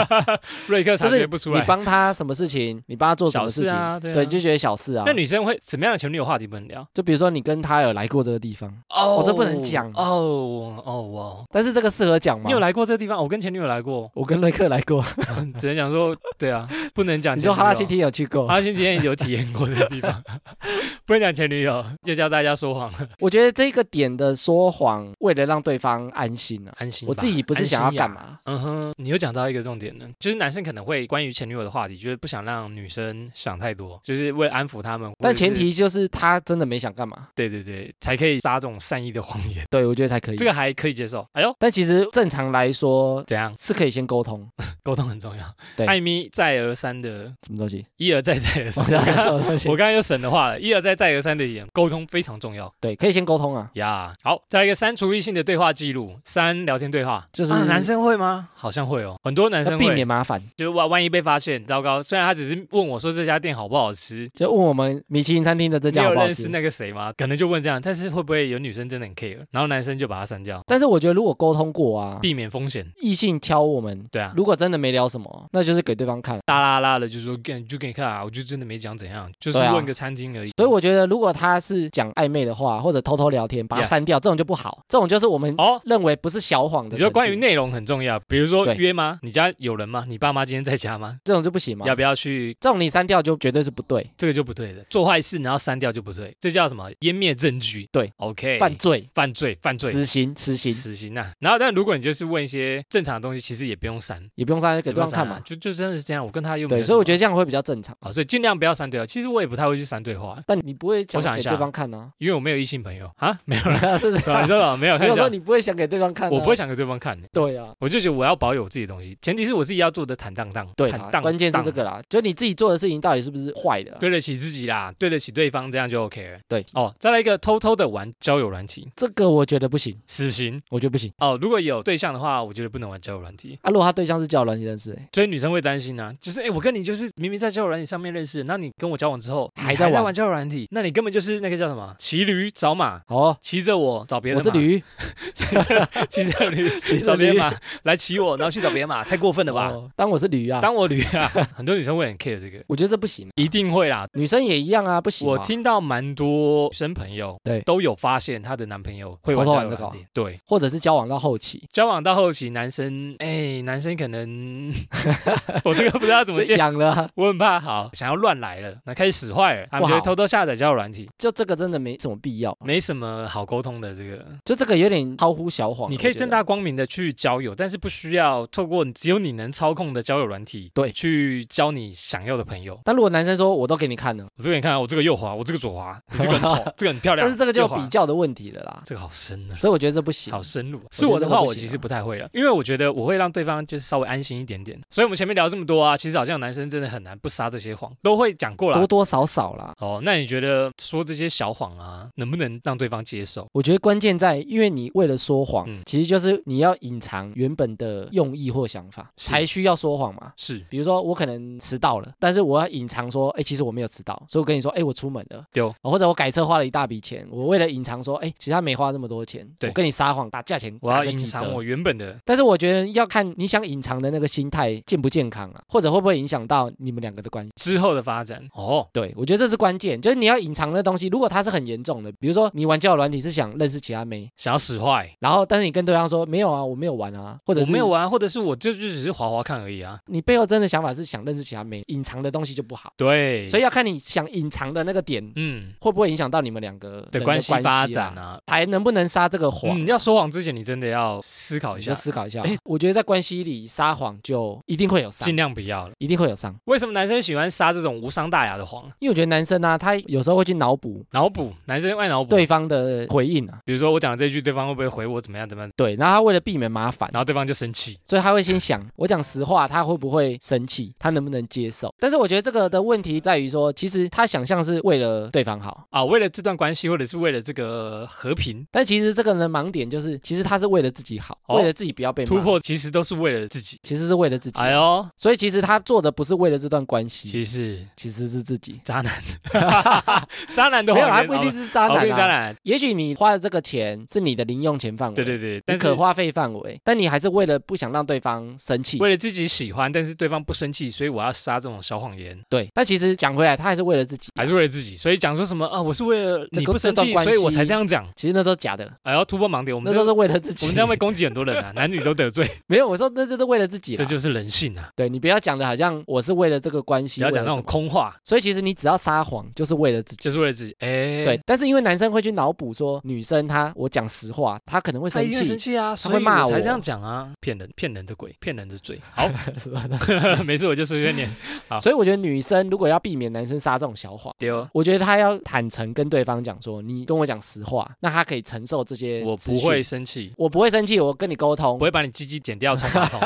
A: 瑞克察
B: 就是
A: 觉不出
B: 你
A: 来。
B: 帮他什么事情，你帮他做什么事情，
A: 小事啊对啊
B: 就觉得小事啊。
A: 那女生会怎么样的情侣有话题不能聊？
B: 就比如说你跟他有来过这个地方，
A: 哦
B: 这不能讲
A: 哦哦哇！
B: 但是这个适合讲吗？
A: 你有来过这个地方？我跟前女友来过，
B: 我跟瑞克来过，
A: 只能讲说对啊，不能讲。
B: 你说哈拉西，提有去过
A: 哈？拉西今天有体验过这个地方， 不能讲前女友，又教大家说谎，
B: 我觉得这个点的说谎，为了让对方安心啊。
A: 安心吧。
B: 我自己不是想要干
A: 安心呀？
B: 嘛，
A: 嗯哼，你又讲到一个重点呢，就是男生可能会关于前女友的话题，就是不想让女生想太多，就是为了安抚他们。
B: 但
A: 或者是
B: 前提就是他真的没想干嘛。
A: 对对对，才可以撒这种善意的谎言，
B: 对，我觉得才可以。
A: 这个还可以接受。哎呦，
B: 但其实正常来说
A: 怎样？
B: 是可以先沟通，
A: 沟通很重要。
B: 对
A: 艾米再而三的，
B: 什么东 西？
A: 一而再再而
B: 我
A: 三。
B: 刚才说的东
A: 我
B: 西，
A: 刚刚又省的话了，一而再再而三的演，沟通非常重要
B: 对，可以先沟通啊。
A: 呀。好，再来一个删除异性的对话记录，删聊天对话，
B: 就是
A: 啊男生会吗？好像会哦，很多男
B: 要
A: 生
B: 避
A: 会，
B: 免麻烦，
A: 就是万万一被发现，糟糕。虽然他只是问我说这家店好不好吃，
B: 就问我们米其林餐厅的这
A: 没
B: 家好
A: 有
B: 不好
A: 认识
B: 吃？
A: 那个谁吗？可能就问这样，但是会不会有女生真的很 care，然后男生就把他删掉，
B: 但是我觉得如果沟通过啊，
A: 避免风险。
B: 异性挑我们，
A: 对啊，
B: 如果真的没聊什么，那就是给对方看。
A: 大拉拉的就说给就给你看啊，我就真的没讲怎样，就是
B: 对啊
A: 问个餐厅而已。
B: 所以我觉得，如果他是讲暧昧的话，或者偷偷聊天，把他
A: Yes
B: 删掉，这种就不好。这种就是我们
A: 哦。
B: 认为不是小谎的
A: 你
B: 程度。
A: 说关于内容很重要，比如说
B: 对
A: 约吗？你家有人吗？你爸妈今天在家吗？
B: 这种就不行嘛？
A: 要不要去？
B: 这种你删掉就绝对是不对，
A: 这个就不对了。做坏事然后删掉就不对，这叫什么？湮灭证据。
B: 对
A: ，OK，
B: 犯罪，
A: 犯罪犯罪
B: 死刑，死刑
A: 死刑啊。然后，但如果你就是问一些正常的东西，其实也不用删，
B: 也不用删，给
A: 也不
B: 对
A: 用
B: 方
A: 删啊
B: 看嘛。
A: 就就真的是这样。我跟他又没
B: 对，
A: 有
B: 所以我觉
A: 得
B: 得这样会比较正常。
A: 啊，所以尽量不要删对话。其实我也不太会去删对话，
B: 但你不会
A: 我想
B: 想
A: 一
B: 给
A: 下
B: 对方看啊呢、
A: 因为我没有异性朋友啊，没有啦。
B: 啊？ 是不是
A: 是吧你？知道吗没有？
B: 没
A: 开
B: 有
A: 玩
B: 说
A: 笑，
B: 你不会想给对方看、啊，
A: 我不会。想给对方看。
B: 对啊，
A: 我就觉得我要保有我自己的东西，前提是我自己要做的坦荡荡，
B: 对
A: 坦
B: 啊，
A: 荡，
B: 关键是
A: 荡
B: 这，个啦，就你自己做的事情到底是不是坏的啊、
A: 对得起自己啦，对得起对方，这样就 OK 了。
B: 对，
A: 哦，再来一个偷偷的玩交友软体，
B: 这个我觉得不行，
A: 死刑
B: 我觉得不行。
A: 哦。如果有对象的话，我觉得不能玩交友软体，
B: 啊，如果他对象是交友软件认识、欸，
A: 所以女生会担心啊，就是哎，诶我跟你就是明明在交友软体上面认识，那你跟我交往之后
B: 还
A: 你
B: 在
A: 还在
B: 玩
A: 玩交友软体，那你根本就是那个叫什么骑驴找马。
B: 好、哦，
A: 骑着我找别人，
B: 我是，驴，
A: 骑着驴， 骑
B: 着
A: 找别人
B: 驴
A: 马来骑我，然后去找别人马，太过分了吧？
B: 哦当我是驴啊，
A: 当我驴啊，很多女生会很 care 这个，
B: 我觉得这不行、
A: 一定会啦。
B: 女生也一样啊，不行、啊。
A: 我，听到蛮多女生朋友
B: 对
A: 都有发现她的男朋友会
B: 偷偷
A: 玩
B: 玩
A: 交友
B: 这个
A: 软
B: 哦
A: 件对，
B: 或者是交往到后期，
A: 交往到后期，男生哎，男生可 能我这个不知 道怎么
B: 就
A: 接。
B: 养了啊，
A: 我很怕，好想要乱来了，那开始使坏了，他们
B: 不
A: 就
B: 好哦
A: 会偷偷下载交友软体，
B: 就这个真的没什么必要，
A: 没什么好沟通的。这个
B: 就这个有点超乎小谎。
A: 你可以
B: 哦我觉得
A: 正大光明的去交友，但是不需要透过只有你能操控的交友软体，
B: 对
A: 去交你想要的朋友。
B: 但如果男生说我都给你看了，
A: 我这个你看，我这个右滑，我这个左 滑，你这个很丑，这个很漂亮，
B: 但是这个就有
A: 右滑
B: 比较的问题了啦，
A: 这个好深啊。
B: 所以我觉得这不行。
A: 好深入啊。
B: 我
A: 是
B: 觉
A: 我
B: 得
A: 的
B: 这个
A: 话，
B: 不
A: 我
B: 行
A: 其实
B: 啊
A: 不太会了，因为我觉得我会让对方就是稍微安心一点点。所以我们前面聊这么多啊，其实好像男生真的很难不撒这些谎，都会讲过
B: 多
A: 了。
B: 多少少啦。
A: 哦，那你觉得说这些小谎啊，能不能让对方接受？
B: 我觉得关键在，因为你为了说谎，
A: 嗯
B: 其实就是你要隐藏原本的用意或想法，
A: 是
B: 才需要说谎嘛。
A: 是
B: 比如说我可能迟到了，但是我要隐藏说，哎，其实我没有迟到，所以我跟你说，哎，我出门了，
A: 丢
B: 哦或者我改车花了一大笔钱，我为了隐藏说，哎，其实他没花这么多钱，
A: 对
B: 我跟你撒谎打价钱，
A: 我要
B: 打个
A: 隐
B: 几
A: 藏
B: 折
A: 我原本的
B: 但是我觉得要看你想隐藏的那个心态健不健康啊，或者会不会影响到你们两个的关系。
A: 之后的发展。哦，
B: 对，我觉得这是关键，就是你要隐藏的东西，如果它是很严重的，比如说你玩交友软体是想认识其他妹，
A: 想要使坏，
B: 然后但是你跟对方说没有啊，我没有玩啊，或者
A: 我
B: 是
A: 没有玩，或者是我就就只是滑滑看而已啊。
B: 你背后真的想法是想认识其他妹，隐藏的东西就不好，
A: 对，
B: 所
A: 以
B: 以要看你想隐藏的那个点
A: 嗯
B: 会不会影响到你们两个人
A: 的
B: 的
A: 关系
B: 系
A: 发展
B: 啊，
A: 啊，
B: 还能不能撒这个
A: 嗯
B: 谎。啊
A: 你要说谎之前，你真的要思考一
B: 你
A: 下
B: 就，思考一下
A: 哎，
B: 我觉得在关系里撒谎就一定会有伤
A: 尽，量不要了。
B: 一定会有伤，
A: 为什么男生喜欢撒这种无伤大雅的谎？
B: 因为我觉得男生啊，他有时候会去脑补
A: 脑补，男生爱脑补。啊
B: 对方的回应啊，
A: 比如说我讲了这句，对方会不会回我怎么样怎么样，
B: 对，然后他为了避免麻烦，
A: 然后对方就生气。
B: 所以他会先想，我讲实话，他会不会生气，他能不能接受？但是我觉得这个的问题在于说，其实他想象是为了对方好，
A: 啊，为了这段关系，或者是为了这个和平
B: 但其实这个人的盲点就是，其实他是为了自己好，
A: 哦
B: 为了自己不要被骂
A: 突，破，其实都是为了自己。
B: 其实是为了自己，啊嗯
A: 哎呦，
B: 所以其实他做的不是为了这段关系，
A: 其实
B: 其实是自己。
A: 渣 男，渣男的
B: 没
A: 谎
B: 有，
A: 言
B: 他不一定是渣
A: 哦好吧好不一
B: 男
A: 定渣
B: 啊。
A: 男，
B: 也许你花的这个钱是你的零用钱范围，
A: 对对对对，但
B: 你
A: 是
B: 可花费范围，但你还是为了不想让对方生气，
A: 为了自己喜欢，但是对方不生气，所以我要撒这种小谎言，
B: 对。啊但其实讲回来，他还是为了自己，啊
A: 还是为了自己。所以讲说什么啊，我是为了
B: 这
A: 你
B: 个
A: 不生
B: 这段
A: 气，
B: 关
A: 所以我
B: 系
A: 才这样讲。
B: 其实那都是假的，
A: 哎，要突破盲点，我们
B: 那
A: 这
B: 都是为了自己。
A: 我们这样会攻击很多人啊，男女都得罪，
B: 没有，我说那这是为了自己啦，
A: 这就是人性啊！
B: 对你不要讲的好像我是为了这个关系，
A: 不要
B: 为
A: 讲
B: 了
A: 那
B: 啊什
A: 种
B: 么
A: 空话，
B: 所以其实你只要撒谎，就是为了自己。
A: 就是为了自己。哎，
B: 对，，但是因为男生会去脑补说，女生她我讲实话，她可能会
A: 他
B: 生
A: 一定会生
B: 气。
A: 气啊，所
B: 会
A: 以
B: 骂
A: 我才
B: 我
A: 这样讲啊，骗人，骗人的鬼，骗人的 嘴。好，没事，我就随便念。好
B: 所以我觉得女生如果要避免男生撒这种小谎，
A: 丢，
B: 我觉得她要坦诚跟对方讲说，你跟我讲实话，那她可以承受这些。
A: 我不会，生气。
B: 我不会生气，我跟你沟
A: 不
B: 通，
A: 会把你鸡鸡剪掉冲 马桶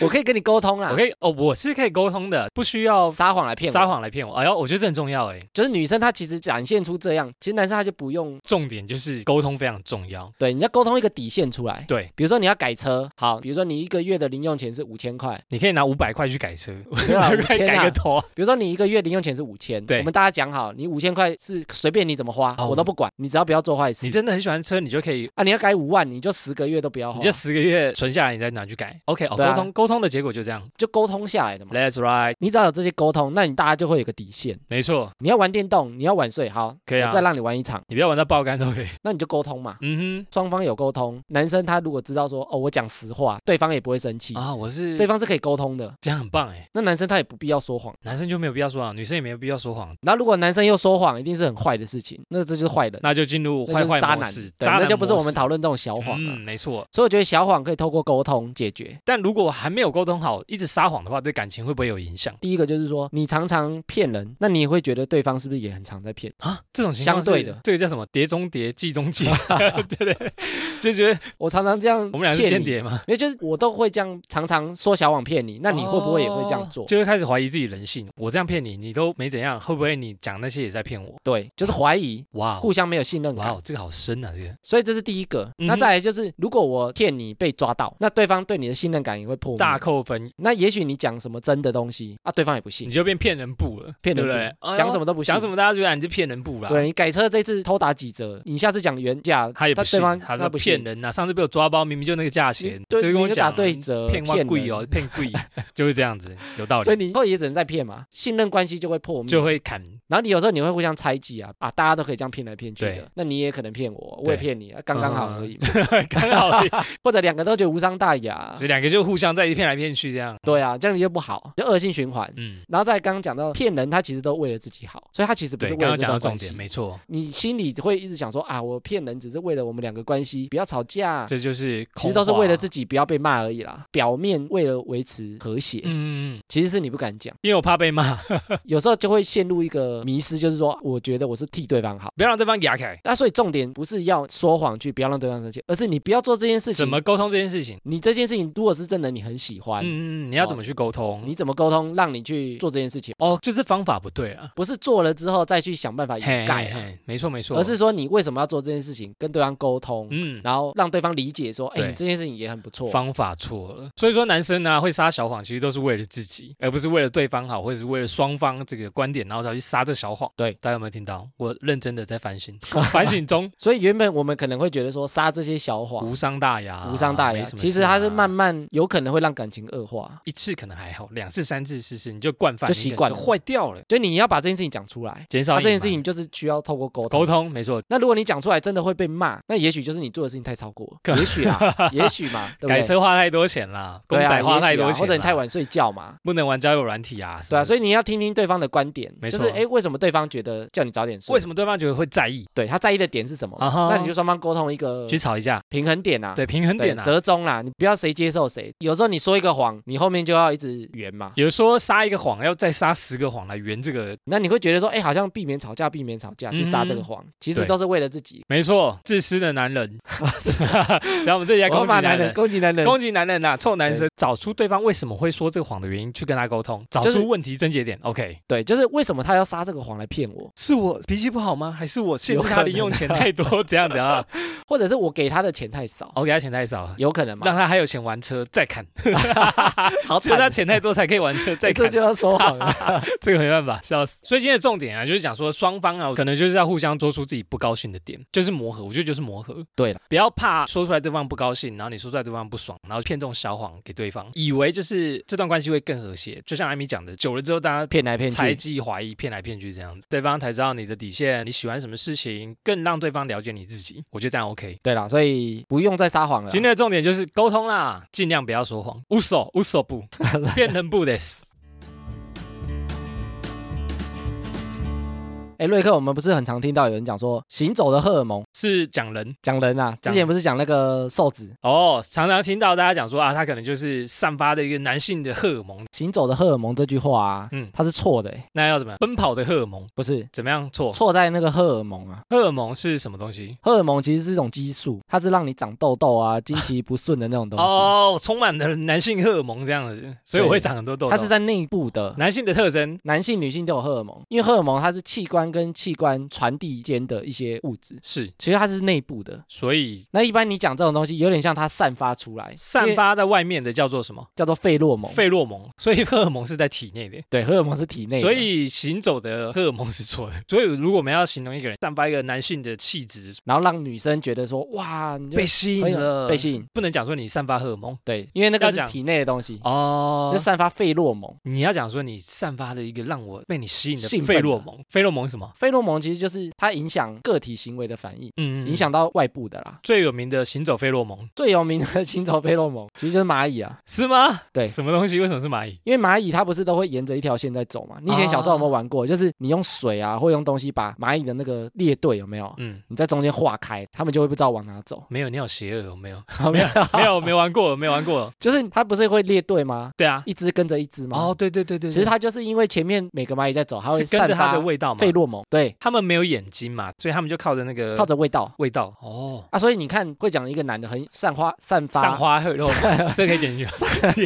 B: 我可以跟你沟通啦。啊
A: 我可以哦，我是可以沟通的，不需要
B: 撒谎来骗我，
A: 撒谎来骗我。哎呦，我觉得这很重要哎，
B: 就是女生她其实展现出这样，其实男生他就不用
A: 重点就是沟通非常重要。
B: 对，你要沟通一个底线 出来。
A: 对，
B: 比如说你要改车，好，比如说你一个月的零用钱是五千 块，
A: 你可以拿五百块去改车，五
B: 没有啦
A: 块
B: 5000啊
A: 改个头啊，
B: 比如说你一个月零用钱是五千，
A: 对
B: 我们大家讲好，你五千块是随便你怎么花，
A: 哦
B: 我都不管，你只要不要做坏事。
A: 你真的很喜欢车，你就可以
B: 啊，你要改五万，你就十个月都不要花，
A: 你这十个月存下来，你再拿去改。OK，哦，
B: 哦对
A: 沟
B: 啊
A: 通沟通的结果就这样。
B: 就沟通下来的嘛。
A: That's right，
B: 你只要有这些沟通，那你大家就会有个底线。
A: 没错，
B: 你要玩电动，你要晚睡，好，
A: 可以啊
B: 我再让你玩一场，
A: 你不要玩到爆肝都可以。
B: 那你就沟通嘛。
A: 嗯
B: 双方有沟通，男生他如果知道说哦，我讲实话，对方也不会生气，
A: 哼，啊，我是
B: 对方是可以沟通的。
A: 这样很棒哎，
B: 那男生他也不必要说谎。
A: 男生就没有必要说谎，女生也没有必要说谎，
B: 然后如果男生又说谎，一定是很坏的事情，那这就是坏人，
A: 那就进入
B: 那
A: 坏
B: 就是
A: 坏
B: 渣
A: 模
B: 男
A: 式，，
B: 对，
A: 渣男
B: 那就不是我们
A: 模式
B: 讨论这种小谎了。
A: 嗯，没错。
B: 所以我觉得小谎可以透过沟通解决。
A: 但如果还没有沟通好，一直撒谎的话，对感情会不会有影响
B: 第一个就是说，你常常骗人，那你也会觉得对方是不是也很常在骗？
A: 啊？这种情况
B: 相对
A: 是
B: 的
A: 这个叫什么？碟中谍，计中 计，对对，就觉得
B: 我常常这样，
A: 我们俩是间。谍嘛。
B: 因为就是我都会这样，常常说小谎骗你，那你会不会也会这样做？
A: 哦就会开始怀疑自己人性。我这样骗你，你都没怎样，会不会你讲那些也在骗我？
B: 对，就是怀疑，
A: 哇哦，
B: 互相没有信任
A: 哇
B: 感
A: 哦，，这个好深啊，这个
B: 所以这是第一个。
A: 嗯哼
B: 那再来就是，如果我骗你被抓到，那对方对你的信任感也会破
A: 大
B: 灭。
A: 扣分，
B: 那也许你讲什么真的东西啊，对方也不
A: 你
B: 信，
A: 就变骗人布了，
B: 骗
A: 对
B: 人哎
A: 不对
B: 不？讲什
A: 么
B: 么都不信，
A: 讲什么，大家就觉得你是骗人布啦。
B: 对，啊你改车这次偷打几折，你下次讲原价，
A: 他也不
B: 但
A: 信
B: 对方，
A: 他
B: 他
A: 说
B: 不
A: 骗
B: 信，
A: 人呐、啊上次被我抓包，明明就那个价钱，
B: 对，
A: 就跟我
B: 你就打
A: 讲
B: 对折，
A: 骗我
B: 人
A: 贵哦，骗贵， 就是这样子，有道
B: 所以
A: 理，
B: 你以后也只能再骗嘛，信任关系就会破灭。
A: 就会砍，
B: 然后你有时候你会互相猜忌啊啊，大家都可以这样骗来骗去
A: 对
B: 的，那你也可能骗我，我
A: 对
B: 也
A: 嗯
B: 骗你，啊刚刚好而已嘛。
A: 刚好
B: 或者两个都觉得无伤大雅，啊
A: 这两个就互相在骗来骗去这样。
B: 对啊，这样就不好，就恶性循环。
A: 嗯，
B: 然后再刚刚讲到骗人，他其实都为了自己好，所以他其实不
A: 对，
B: 是为
A: 刚
B: 了
A: 刚
B: 这
A: 讲到
B: 段
A: 重
B: 关
A: 点，
B: 系。
A: 没错，
B: 你心里会一直想说啊，我骗人只是为了我们两个关系不要吵架，
A: 这就是
B: 其实都是为了自
A: 己。
B: 己不要被骂而已啦。表面为了维持和谐，
A: 嗯，嗯嗯
B: 其实是你不敢讲，
A: 因为我怕被骂，
B: 有时候就会陷入一个迷失，就是说我觉得我是替对方好。
A: 不要让对方压开。
B: 那所以重点不是要说谎去不要让对方生气，而是你不要做这件事情。
A: 怎么？沟通这件事情？
B: 你这件事情如果是真的，你很喜欢，
A: 嗯嗯，嗯，你要怎么去沟通？
B: 哦你怎么沟通让你去做这件事情？
A: 哦，就是方法不对啊。
B: 不是做了之后再去想办法掩
A: 嘿，
B: 盖
A: 嘿
B: 啊、
A: 嘿，没错没错，
B: 而是说你为什么要做这件事情，跟对方沟通，
A: 嗯。
B: 然后让对方理解说，哎、
A: 对
B: 你这件事情也很不错。
A: 方法错了，所以说男生呢、会撒小谎，其实都是为了自己，而不是为了对方好，或者是为了双方这个观点，然后才去撒这小谎。
B: 对
A: 大家有没有听到？我认真的在反省，反省 中
B: 所以原本我们可能会觉得说杀这些小谎
A: 无伤大雅，
B: 无伤大雅，
A: 没什么
B: 其实
A: 事啊
B: 它是慢慢有可能会让感情恶化。
A: 一次可能还好，两次、三次、四次你就惯犯，
B: 就习惯
A: 你
B: 了
A: 可能就坏掉了，
B: 所以你要把这件事情讲出来，
A: 减少
B: 把
A: 隐
B: 这件
A: 瞒
B: 事情就是需要透过沟通
A: 沟。通，没错。
B: 那如果你讲出来真的会被骂，那也许就是你做的事情太超过了，也 许啦，也许嘛，对不
A: 改
B: 对？
A: 车花太多钱啦，公
B: 对啊
A: 仔花
B: 也许
A: 太多钱
B: 啊
A: 啦，
B: 或者你太晚睡觉嘛，
A: 不能玩交友软体啊，什
B: 对
A: 么
B: 啊，
A: 的
B: 所以你要听听对方的观点，
A: 没
B: 就
A: 错啊
B: 是哎，为什么对方觉得叫你早点睡？
A: 为
B: 么？
A: 什么对方觉得会在意？
B: 对他在意的点是什么？
A: 啊哈
B: 那你就双方沟通一个
A: 去吵一架，
B: 平衡点啊，
A: 对平衡
B: 对，
A: 点啊。
B: 折中啦，你不要谁接受谁。有时候你说一个谎，你后面就要一直圆嘛，
A: 有说撒一个谎，要再撒十个谎来圆这个，
B: 那你会觉得说，哎，好像避免吵架，避免吵架，去撒这个
A: 嗯
B: 谎，其实
A: 对
B: 都是为了自己。
A: 没错，自私的男 人。然后我们这里在
B: 我
A: 攻
B: 要
A: 击
B: 骂
A: 男
B: 男
A: 人
B: 人，。攻击男人，
A: 攻击男人呐、啊臭男生，找出对方为什么会说这个谎的原因，去跟他沟通，找
B: 就是
A: 出问题症结点。OK，
B: 对，就是为什么他要撒这个谎来骗我，
A: 是我脾气不好吗？还是我限
B: 有
A: 制
B: 可
A: 他零
B: 能
A: 用钱太多？ 怎样怎样啊？
B: 或者是我给他的钱太少，
A: 我给他钱太少，
B: 有可能嘛？
A: 让他还有钱玩车，再砍。
B: 好
A: 只有
B: 惨
A: 他，钱太多才可以玩车，再
B: 这
A: 砍
B: 这。就要说 谎了。
A: 这个没办法，笑死。所以今天的重点啊，就是讲说双方啊，可能就是要互相说出自己不高兴的点，就是磨合。我觉得就是磨磨合。
B: 对啦，
A: 不要怕说出来对方不高兴，然后你说出来对方不爽，然后骗这种小谎给对方，以为就是这段关系会更和谐。就像艾米讲的，久了之后大家。
B: 骗来骗
A: 猜
B: 去，
A: 忌、怀疑、骗来骗去这样子，对方才知道你的底线，你喜欢什么事情，更让对方了解你自己。我觉得这样 OK。
B: 对啦，所以不用再撒谎了啦。
A: 今天的重点就是沟通啦，尽量不要说谎，无所无所不变成不的。
B: 哎，瑞克，我们不是很常听到有人讲说行走的荷尔蒙，
A: 是讲人
B: 讲人啊，之
A: 讲
B: 前不是讲那个瘦子
A: 哦，常常听到大家讲说啊，他可能就是散发的一个男性的荷尔蒙，
B: 行走的荷尔蒙这句话啊，
A: 嗯
B: 它是错的、欸，
A: 那要怎么样？奔跑的荷尔蒙
B: 不是
A: 怎么样错？
B: 错在那个荷尔蒙啊。
A: 荷尔蒙是什么东西？
B: 荷尔蒙其实是一种激素，它是让你长痘痘啊、经期不顺的那种东西。
A: 哦，充满了男性荷尔蒙这样子，所以我会长很多痘痘。
B: 它是在内部的，
A: 男性的特征，
B: 男性、女性都有荷尔蒙，因为荷尔蒙它是器官跟器官传递间的一些物质，
A: 是，
B: 其实它是内部的。
A: 所以
B: 那一般你讲这种东西，有点像它散发出来，因
A: 散
B: 为
A: 发在外面的叫做什么？
B: 叫做费洛蒙。
A: 费洛蒙。所以荷尔蒙是在体内的。
B: 对，荷尔蒙是体内的，
A: 所以行走的荷尔蒙是错的。所以如果我们要形容一个人，散发一个男性的气质，
B: 然后让女生觉得说哇，你就
A: 被吸引了，
B: 被吸引，
A: 不能讲说你散发荷尔蒙
B: 对，因为那个
A: 要
B: 是
A: 讲
B: 体内的东西，
A: 哦
B: 就散发费洛蒙。
A: 你要讲说你散发的一个让我被你吸引的啊
B: 兴奋
A: 费
B: 的
A: 洛蒙，费洛蒙是什么？
B: 费洛蒙其实就是它影响个体行为的反应，
A: 嗯，嗯
B: 影响到外部的啦。
A: 最有名的行走费洛蒙
B: 最有名的行走费洛蒙 其实就是蚂蚁啊，
A: 是吗？
B: 对
A: 什么东西？为什么是蚂蚁？
B: 因为蚂蚁它不是都会沿着一条线在走嘛？你以前小时
A: 哦
B: 候有没有玩过？就是你用水啊，或用东西把蚂蚁的那个列队有没有？
A: 嗯，。
B: 你在中间划开，它们就会不知道往哪走
A: 没有，你好邪恶，哦，没 有，
B: 没有，
A: 没有，没玩过，没玩过。
B: 就是它不是会列队吗？
A: 对 啊，
B: 一只跟着一只吗？
A: 哦，，对对对对，对
B: 其实它就是因为前面每个蚂蚁在走，它会
A: 是跟
B: 散
A: 着它
B: 发
A: 的味道嘛呃
B: 费，洛蒙，对，
A: 他们没有眼睛嘛，所以他们就靠着那个
B: 靠着味道
A: 味道哦，
B: 啊。所以你看，会讲一个男的很散发散发
A: 散花费洛 蒙，这个可以剪进去。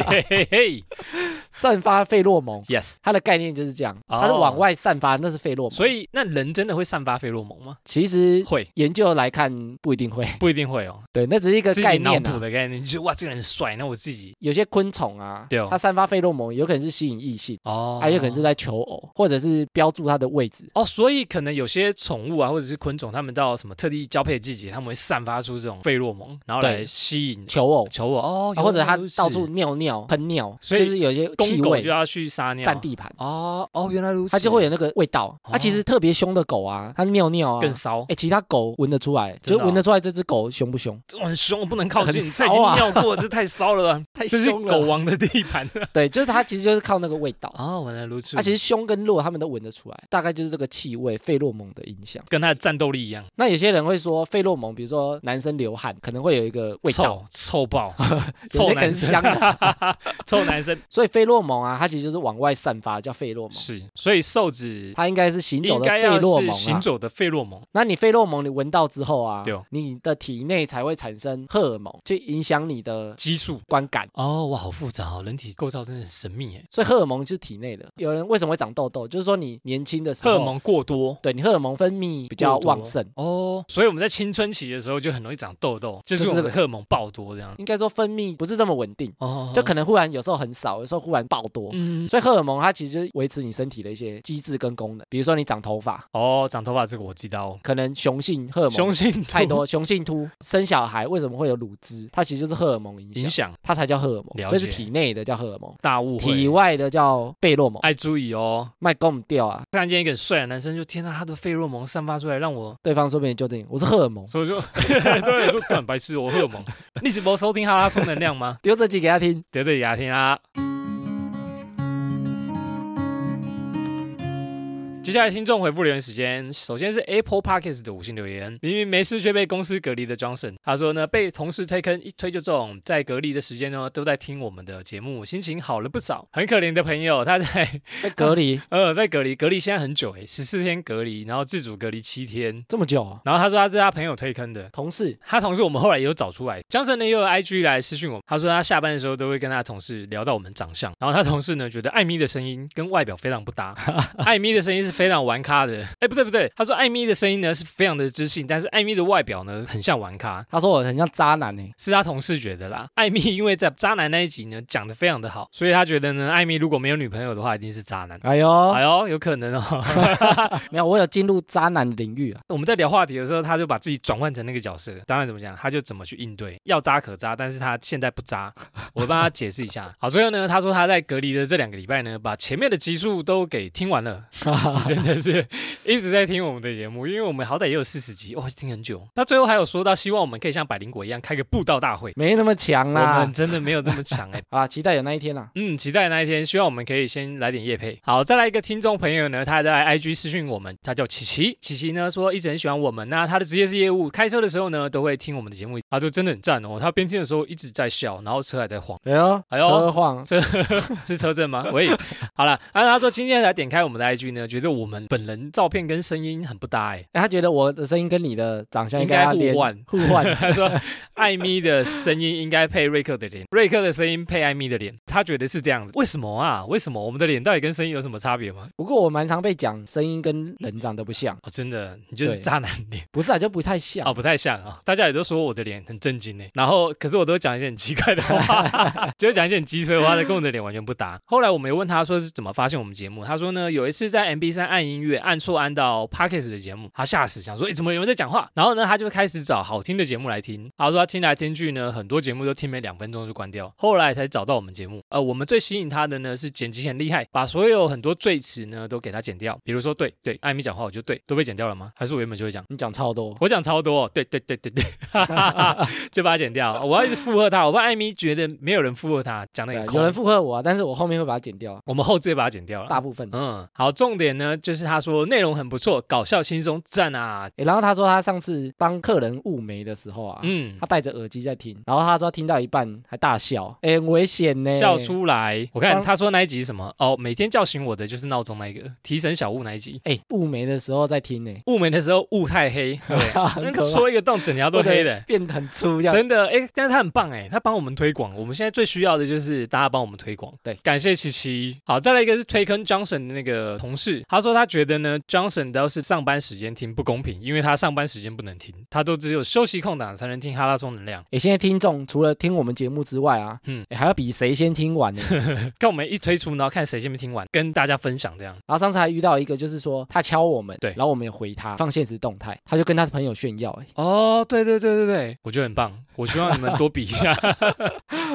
A: 嘿嘿嘿
B: 散发费洛蒙。
A: ，yes。
B: 它的概念就是这样，
A: 哦
B: 它是往外散发，那是费洛蒙。
A: 所
B: 以
A: 以那人真的会散发费洛蒙吗？
B: 其实
A: 会，
B: 研究来看不一定会，
A: 不一定会哦，
B: 对，那只是一个
A: 自
B: 概
A: 己脑
B: 念
A: 补
B: 啊。
A: 的概念，就是哇，这个人很帅，那我自己
B: 有些昆虫啊
A: 对哦，
B: 它散发费洛蒙，有可能是吸引异性，啊
A: 哦，
B: 还有可能是在求偶，或者是标注它的位置。
A: 哦，所以可能有些宠物啊，或者是昆虫，它们到什么特定交配季节，它们会散发出这种费洛蒙，然后来
B: 对
A: 吸引
B: 求偶，
A: 求偶哦，
B: 啊或者
A: 原来
B: 它
A: 如此
B: 到处尿尿、喷尿，
A: 所以
B: 就是有一些
A: 公
B: 气
A: 狗
B: 味
A: 就要去撒尿
B: 占地盘，
A: 哦哦，原来如此，
B: 它就会有那个味道。它其实特别凶的狗啊，它尿尿啊，
A: 哦更骚，
B: 哎，其他狗闻得出来，
A: 真
B: 就
A: 的哦
B: 闻得出来这只狗凶不凶，
A: 这很凶，我不能靠近，
B: 哎很
A: 这已
B: 骚
A: 经
B: 啊
A: 尿过了，这太骚了啊，
B: 太
A: 这是狗。王的地盘
B: 对，就是它其实就是靠那个味道。
A: 哦，原来如此，
B: 它、其实凶跟弱，他们都闻得出来，大概就是这个气味费洛蒙的影响。
A: 跟它的战斗力一样，
B: 那有些人会说费洛蒙，比如说男生流汗可能会有一个味道
A: 臭，臭 爆，
B: 有
A: 臭
B: 些可
A: 男
B: 能是
A: 生
B: 香，的，
A: 臭男 生
B: 所以费洛蒙啊，它其实就是往外散发，叫费洛蒙。
A: 是，所以瘦子。
B: 它应该是行走
A: 应
B: 的
A: 该
B: 费
A: 要
B: 洛
A: 是
B: 蒙
A: 行
B: 啊，
A: 走的费洛蒙，
B: 那你费洛蒙你闻到之后啊
A: 对哦，
B: 你的体内才会产生荷尔蒙，去影响你的
A: 激素
B: 观感。
A: 哦，哇，好复杂哦，人体构造真的很神秘耶。
B: 所以荷尔蒙是体内的。有人为什么会长痘痘？就是说你年轻的时
A: 荷
B: 候，
A: 尔蒙过多
B: 对你荷尔蒙分泌比较
A: 过多
B: 旺盛，
A: 哦，所以我们在青春期的时候就很容易长痘痘，就是
B: 就是
A: 我们的
B: 这个
A: 荷尔蒙爆多这样。
B: 应该说分泌不是这么稳定，
A: 哦，
B: 就可能忽然有时候很少，有时候忽然爆多。
A: 嗯，
B: 所以荷尔蒙它其实就是维持你身体的一些机制跟功能，比如说你长头发，
A: 哦，长头发这个我知道，
B: 可能雄性荷尔
A: 雄
B: 蒙
A: 性
B: 太
A: 多
B: 多，雄性秃，生小孩为什么会有乳汁？它其实就是荷尔蒙影
A: 影
B: 响，
A: 响，
B: 它才叫荷尔蒙，
A: 了
B: 所以是
A: 解
B: 体内的叫荷尔蒙，
A: 大误
B: 体
A: 会，
B: 外的叫费洛蒙，
A: 爱注意哦。
B: 卖我们掉啊！
A: 突然见一个很帅的男生，就天呐，他的费洛蒙散发出来，让我，
B: 对方说不定就这样，我是荷尔蒙，
A: 所以我就 对我说干白痴，我荷尔蒙。你是没收听哈拉充能量吗？
B: 丢这集给他听。
A: 得罪雅婷啦。接下来听众回复留言时间，首先是 Apple Podcast 的五星留言，明明没事却被公司隔离的 Johnson，他说呢被同事推坑一推就中，在隔离的时间呢都在听我们的节目，心情好了不少。很可怜的朋友，他在
B: 被隔离
A: 呃在隔离，隔离现在很久诶，十四天隔离，然后自主隔离七天，
B: 这么久、啊，
A: 然后他说他是他朋友推坑的，
B: 同事
A: 他同事我们后来也有找出来，江辰呢也有 IG 来私讯我们，他说他下班的时候都会跟他同事聊到我们长相，然后他同事呢觉得艾米的声音跟外表非常不搭，艾米的声音是非常玩咖的。哎，不对不对，他说艾米的声音呢是非常的知性，但是艾米的外表呢很像玩咖。
B: 他说我很像渣男欸呢、
A: 是他同事觉得啦，艾米因为在渣男那一集呢讲的非常的好，所以他觉得呢，艾米如果没有女朋友的话，一定是渣男。
B: 哎呦，
A: 哎呦，有可能哦。
B: 没有，我有进入渣男领域啊。
A: 我们在聊话题的时候，他就把自己转换成那个角色。当然怎么讲，他就怎么去应对，要渣可渣，但是他现在不渣。我帮他解释一下。好，最后呢，他说他在隔离的这两个礼拜呢，把前面的集数都给听完了，真的是一直在听我们的节目，因为我们好歹也有四十集，哇，听很久。他最后还有说到，希望我们可以像百灵果一样开个布道大会。
B: 没那么强
A: 我
B: 啦
A: 们。真的没有那么强哎、
B: 啊，期待有那一天啊。
A: 嗯，期待那一天，希望我们可以先来点夜配。好，再来一个听众朋友呢，他在 IG 私讯我们，他叫琪琪。琪琪呢说一直很喜欢我们，那他的职业是业务，开车的时候呢都会听我们的节目，他就真的很赞哦。他边听的时候一直在笑，然后车还在 晃。
B: 哎呦，
A: 哎呦
B: 车晃，
A: 是车震吗？喂，好了，然后他说今天才点开我们的 IG 呢，觉得我们本人照片跟声音很不搭哎、
B: 哎他觉得我的声音跟你的长相应该要
A: 应该
B: 连
A: 互换
B: 互换
A: 他说艾米的声音应该配瑞克的脸，瑞克的声音配艾米的脸，他觉得是这样子。为什么啊？为什么我们的脸到底跟声音有什么差别吗？
B: 不过我蛮常被讲声音跟人长得不像，
A: 哦，真的，你就是
B: 对
A: 渣男脸
B: 不是啊，就不太像。
A: 哦，不太像啊、大家也都说我的脸很震惊呢，然后可是我都讲一些很奇怪的话，就会讲一些很机车的话，跟我的脸完全不搭。后来我们也问他说是怎么发现我们节目，他说呢有一次在 MB 三按音乐按错按到 Parkes 的节目，他吓死，想说诶怎么有人在讲话？然后呢他就开始找好听的节目来听，他说他听来听去呢很多节目都听没两分钟就关掉，后来才找到我们节目。呃，我们最吸引他的呢是剪辑很厉害，把所有很多赘词呢都给他剪掉，比如说对对，艾米讲话我就对都被剪掉了吗？还是我原本就会讲？
B: 你讲超多，
A: 我讲超多，对对对对对， 哈哈哈，就把它剪掉。我要一直附和他，我怕艾米觉得没有人附和他，讲的
B: 对
A: 很
B: 啊
A: 空。
B: 有人附和我啊，但是我后面会把它剪掉啊，
A: 我们后置也把它剪掉了。
B: 大部分。
A: 嗯，好，重点呢就是他说内容很不错，搞笑轻松，赞啊！
B: 诶然后他说他上次帮客人雾眉的时候啊，
A: 嗯
B: 他，戴着耳机在听，然后他说他听到一半还大笑，哎，很危险呢，
A: 笑。出来。我看
B: 帮
A: 他说那一集什么哦，每天叫醒我的就是闹钟那一个提神小物那一集。
B: 哎，雾眉的时候在听呢，
A: 雾眉的时候雾太黑，对不
B: 很
A: 对，
B: 可怕
A: 戳一个洞，整条都黑的。
B: 变得很粗这样。
A: 真的哎、但是他很棒哎、他帮我们推广，我们现在最需要的就是大家帮我们推广。
B: 对
A: 感谢琪琪。好，再来一个是推坑 Johnson 的那个同事，他说他觉得呢，Johnson 都是上班时间听不公平，因为他上班时间不能听，他都只有休息空档才能听哈拉充能量。
B: 哎，现在听众除了听我们节目之外啊，
A: 嗯
B: 嗯，还要比谁先听完 呢。
A: 看我们一推出，然后看谁先听完，跟大家分享这样。
B: 然后上次还遇到一个，就是说他敲我们，
A: 对
B: 然后我们也回他，放现实动态，他就跟他的朋友炫耀，哎，
A: 哦，对对对对对，我觉得很棒，我希望你们多比一下，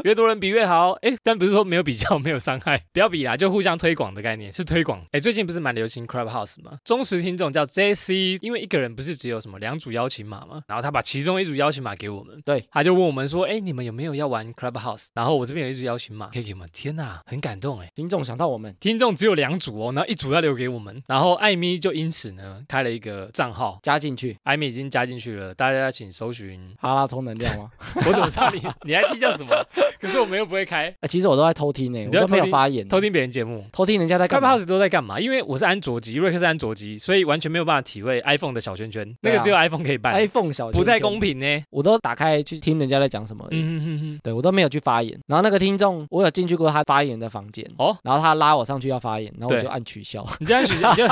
A: 越多人比越好。哎，但不是说没有比较没有伤害，不要比啦，就互相推广的概念是推广。哎，最近不是蛮流行 Clubhouse 吗？忠实听众叫 JC，因为一个人不是只有什么两组邀请码吗？然后他把其中一组邀请码给我们，
B: 对，
A: 他就问我们说，哎，你们有没有要玩 Clubhouse？然后我这边有一组邀请码可以给我们，天哪，很感动哎。
B: 听众想到我们，
A: 听众只有两组哦，然后一组要留给我们，然后艾米就因此呢开了一个账号，
B: 加进去，
A: 艾米已经加进去了，大家请搜寻
B: 哈拉充能 量吗？
A: 我怎么知道你你 IP 叫什么？可是我们又不会开，
B: 啊，其实我都在偷听呢，
A: 你
B: 我
A: 都在
B: 都
A: 偷
B: 没有
A: 听
B: 发言，
A: 偷听别人节目。
B: 偷听人家在干嘛？
A: Clubhouse 都在干嘛？因为我是安卓机，瑞克是安卓机，所以完全没有办法体会 iPhone 的小圈圈，那
B: 对啊
A: 个只有 iPhone 可以办，
B: iPhone 小
A: 不太
B: 圈圈
A: 公，平呢。
B: 我都打开去听人家在讲什么而已。
A: 嗯哼哼哼，
B: 对我都没有去发言，然后那个听众，我有进去过他发言的房间，
A: 哦
B: 哦，然后他拉我上去要发言，然后我
A: 对
B: 就按取消，
A: 你这样许你就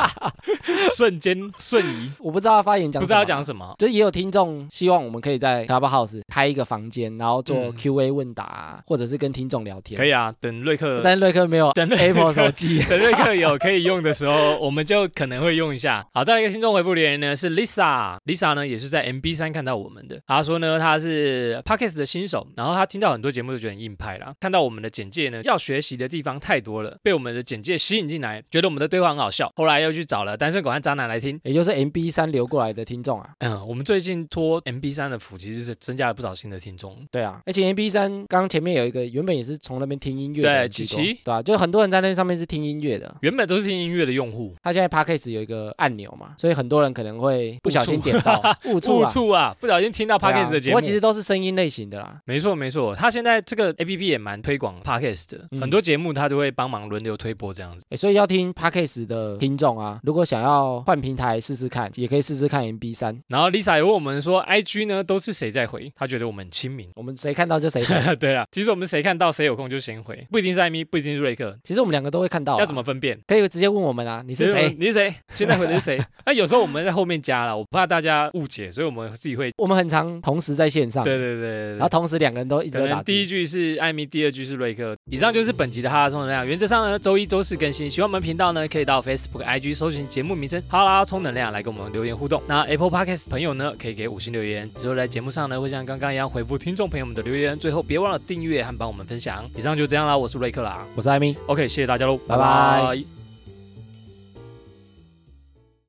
A: 瞬间瞬移，
B: 我不知道他发言
A: 不
B: 讲，
A: 知道讲。什么。
B: 就是也有听众希望我们可以在 Clubhouse 开一个房间，然后做
A: 嗯
B: Q&A 问答啊、或者是跟听众聊天。
A: 可以啊，等瑞克
B: 但瑞克 没有
A: 等瑞克
B: Apple 手机
A: ，等瑞克有可以用的时候，我们就可能会用一下。 好，再来一个听众回复留言呢，是 Lisa，Lisa 呢也是在 MB 三看到我们的，她说呢她是 Podcast 的新手，然后她听到很多节目就觉得很硬派啦，看到我们的简介呢，要学习的地方太多了，被我们的简介吸引进来，觉得我们的对话很好笑，后来又去找了单身狗和渣男来听。
B: 也就是 MB 三流过来的听众啊。
A: 嗯，我们最近托 MB 三的福，其实是增加了不少新的听众。
B: 对啊，而且 MB 三刚前面有一个原本也是从那边听音乐的
A: 对
B: 人居多，
A: 琪琪
B: 对啊，就很多人在那上面是听音乐的。
A: 原本都是听音乐的用户，
B: 他现在 p a c k a g e 有一个按钮嘛，所以很多人可能会不小心点到误触
A: 误
B: 啊。
A: 触啊，不小心听到
B: 对啊
A: Podcast 的节
B: 不
A: 目。
B: 过其实都是声音类型的啦。
A: 没错没错，他现在这个 A P P 也蛮推广 Podcast 的，
B: 嗯
A: 很多节目他都会帮忙轮流推播这样子。
B: 欸诶所以要听 p a c k a g e 的听众啊，如果想要换平台试试看，也可以试试看 MB 三。
A: 然后 Lisa 也问我们说，I G 呢都是谁在回？他觉得我们很亲民。
B: 我们谁看到就谁看。
A: 对啊，其实我们谁看到谁有空就先回，不一定是艾米，不一定是瑞克，
B: 其实我们两个都会看到啊、
A: 要怎么分辨？
B: 可以直接问我们啊？你你是谁？
A: 你是谁？现在回的是谁？那有时候我们在后面加了，我怕大家误解，所以我们自己会。
B: 我们很常同时在线上，
A: 对对对对
B: 然
A: 对
B: 后。同时两个人都一直
A: 可
B: 在打
A: 能
B: 字。
A: 第一句是艾米，第二句是瑞克。以上就是本集的哈拉充能量。原则上呢，周一、周四更新。喜欢我们频道呢，可以到 Facebook、IG 搜寻节目名称“哈拉充能量”来跟我们留言互动。那 Apple Podcast 朋友呢，可以给五星留言。之后在节目上呢，会像刚刚一样回复听众朋友们的留言。最后别忘了订阅和帮我们分享。以上就这样啦，我是瑞克啦。
B: 我是艾米。
A: OK，谢谢大家喽，
B: 拜拜
A: 拜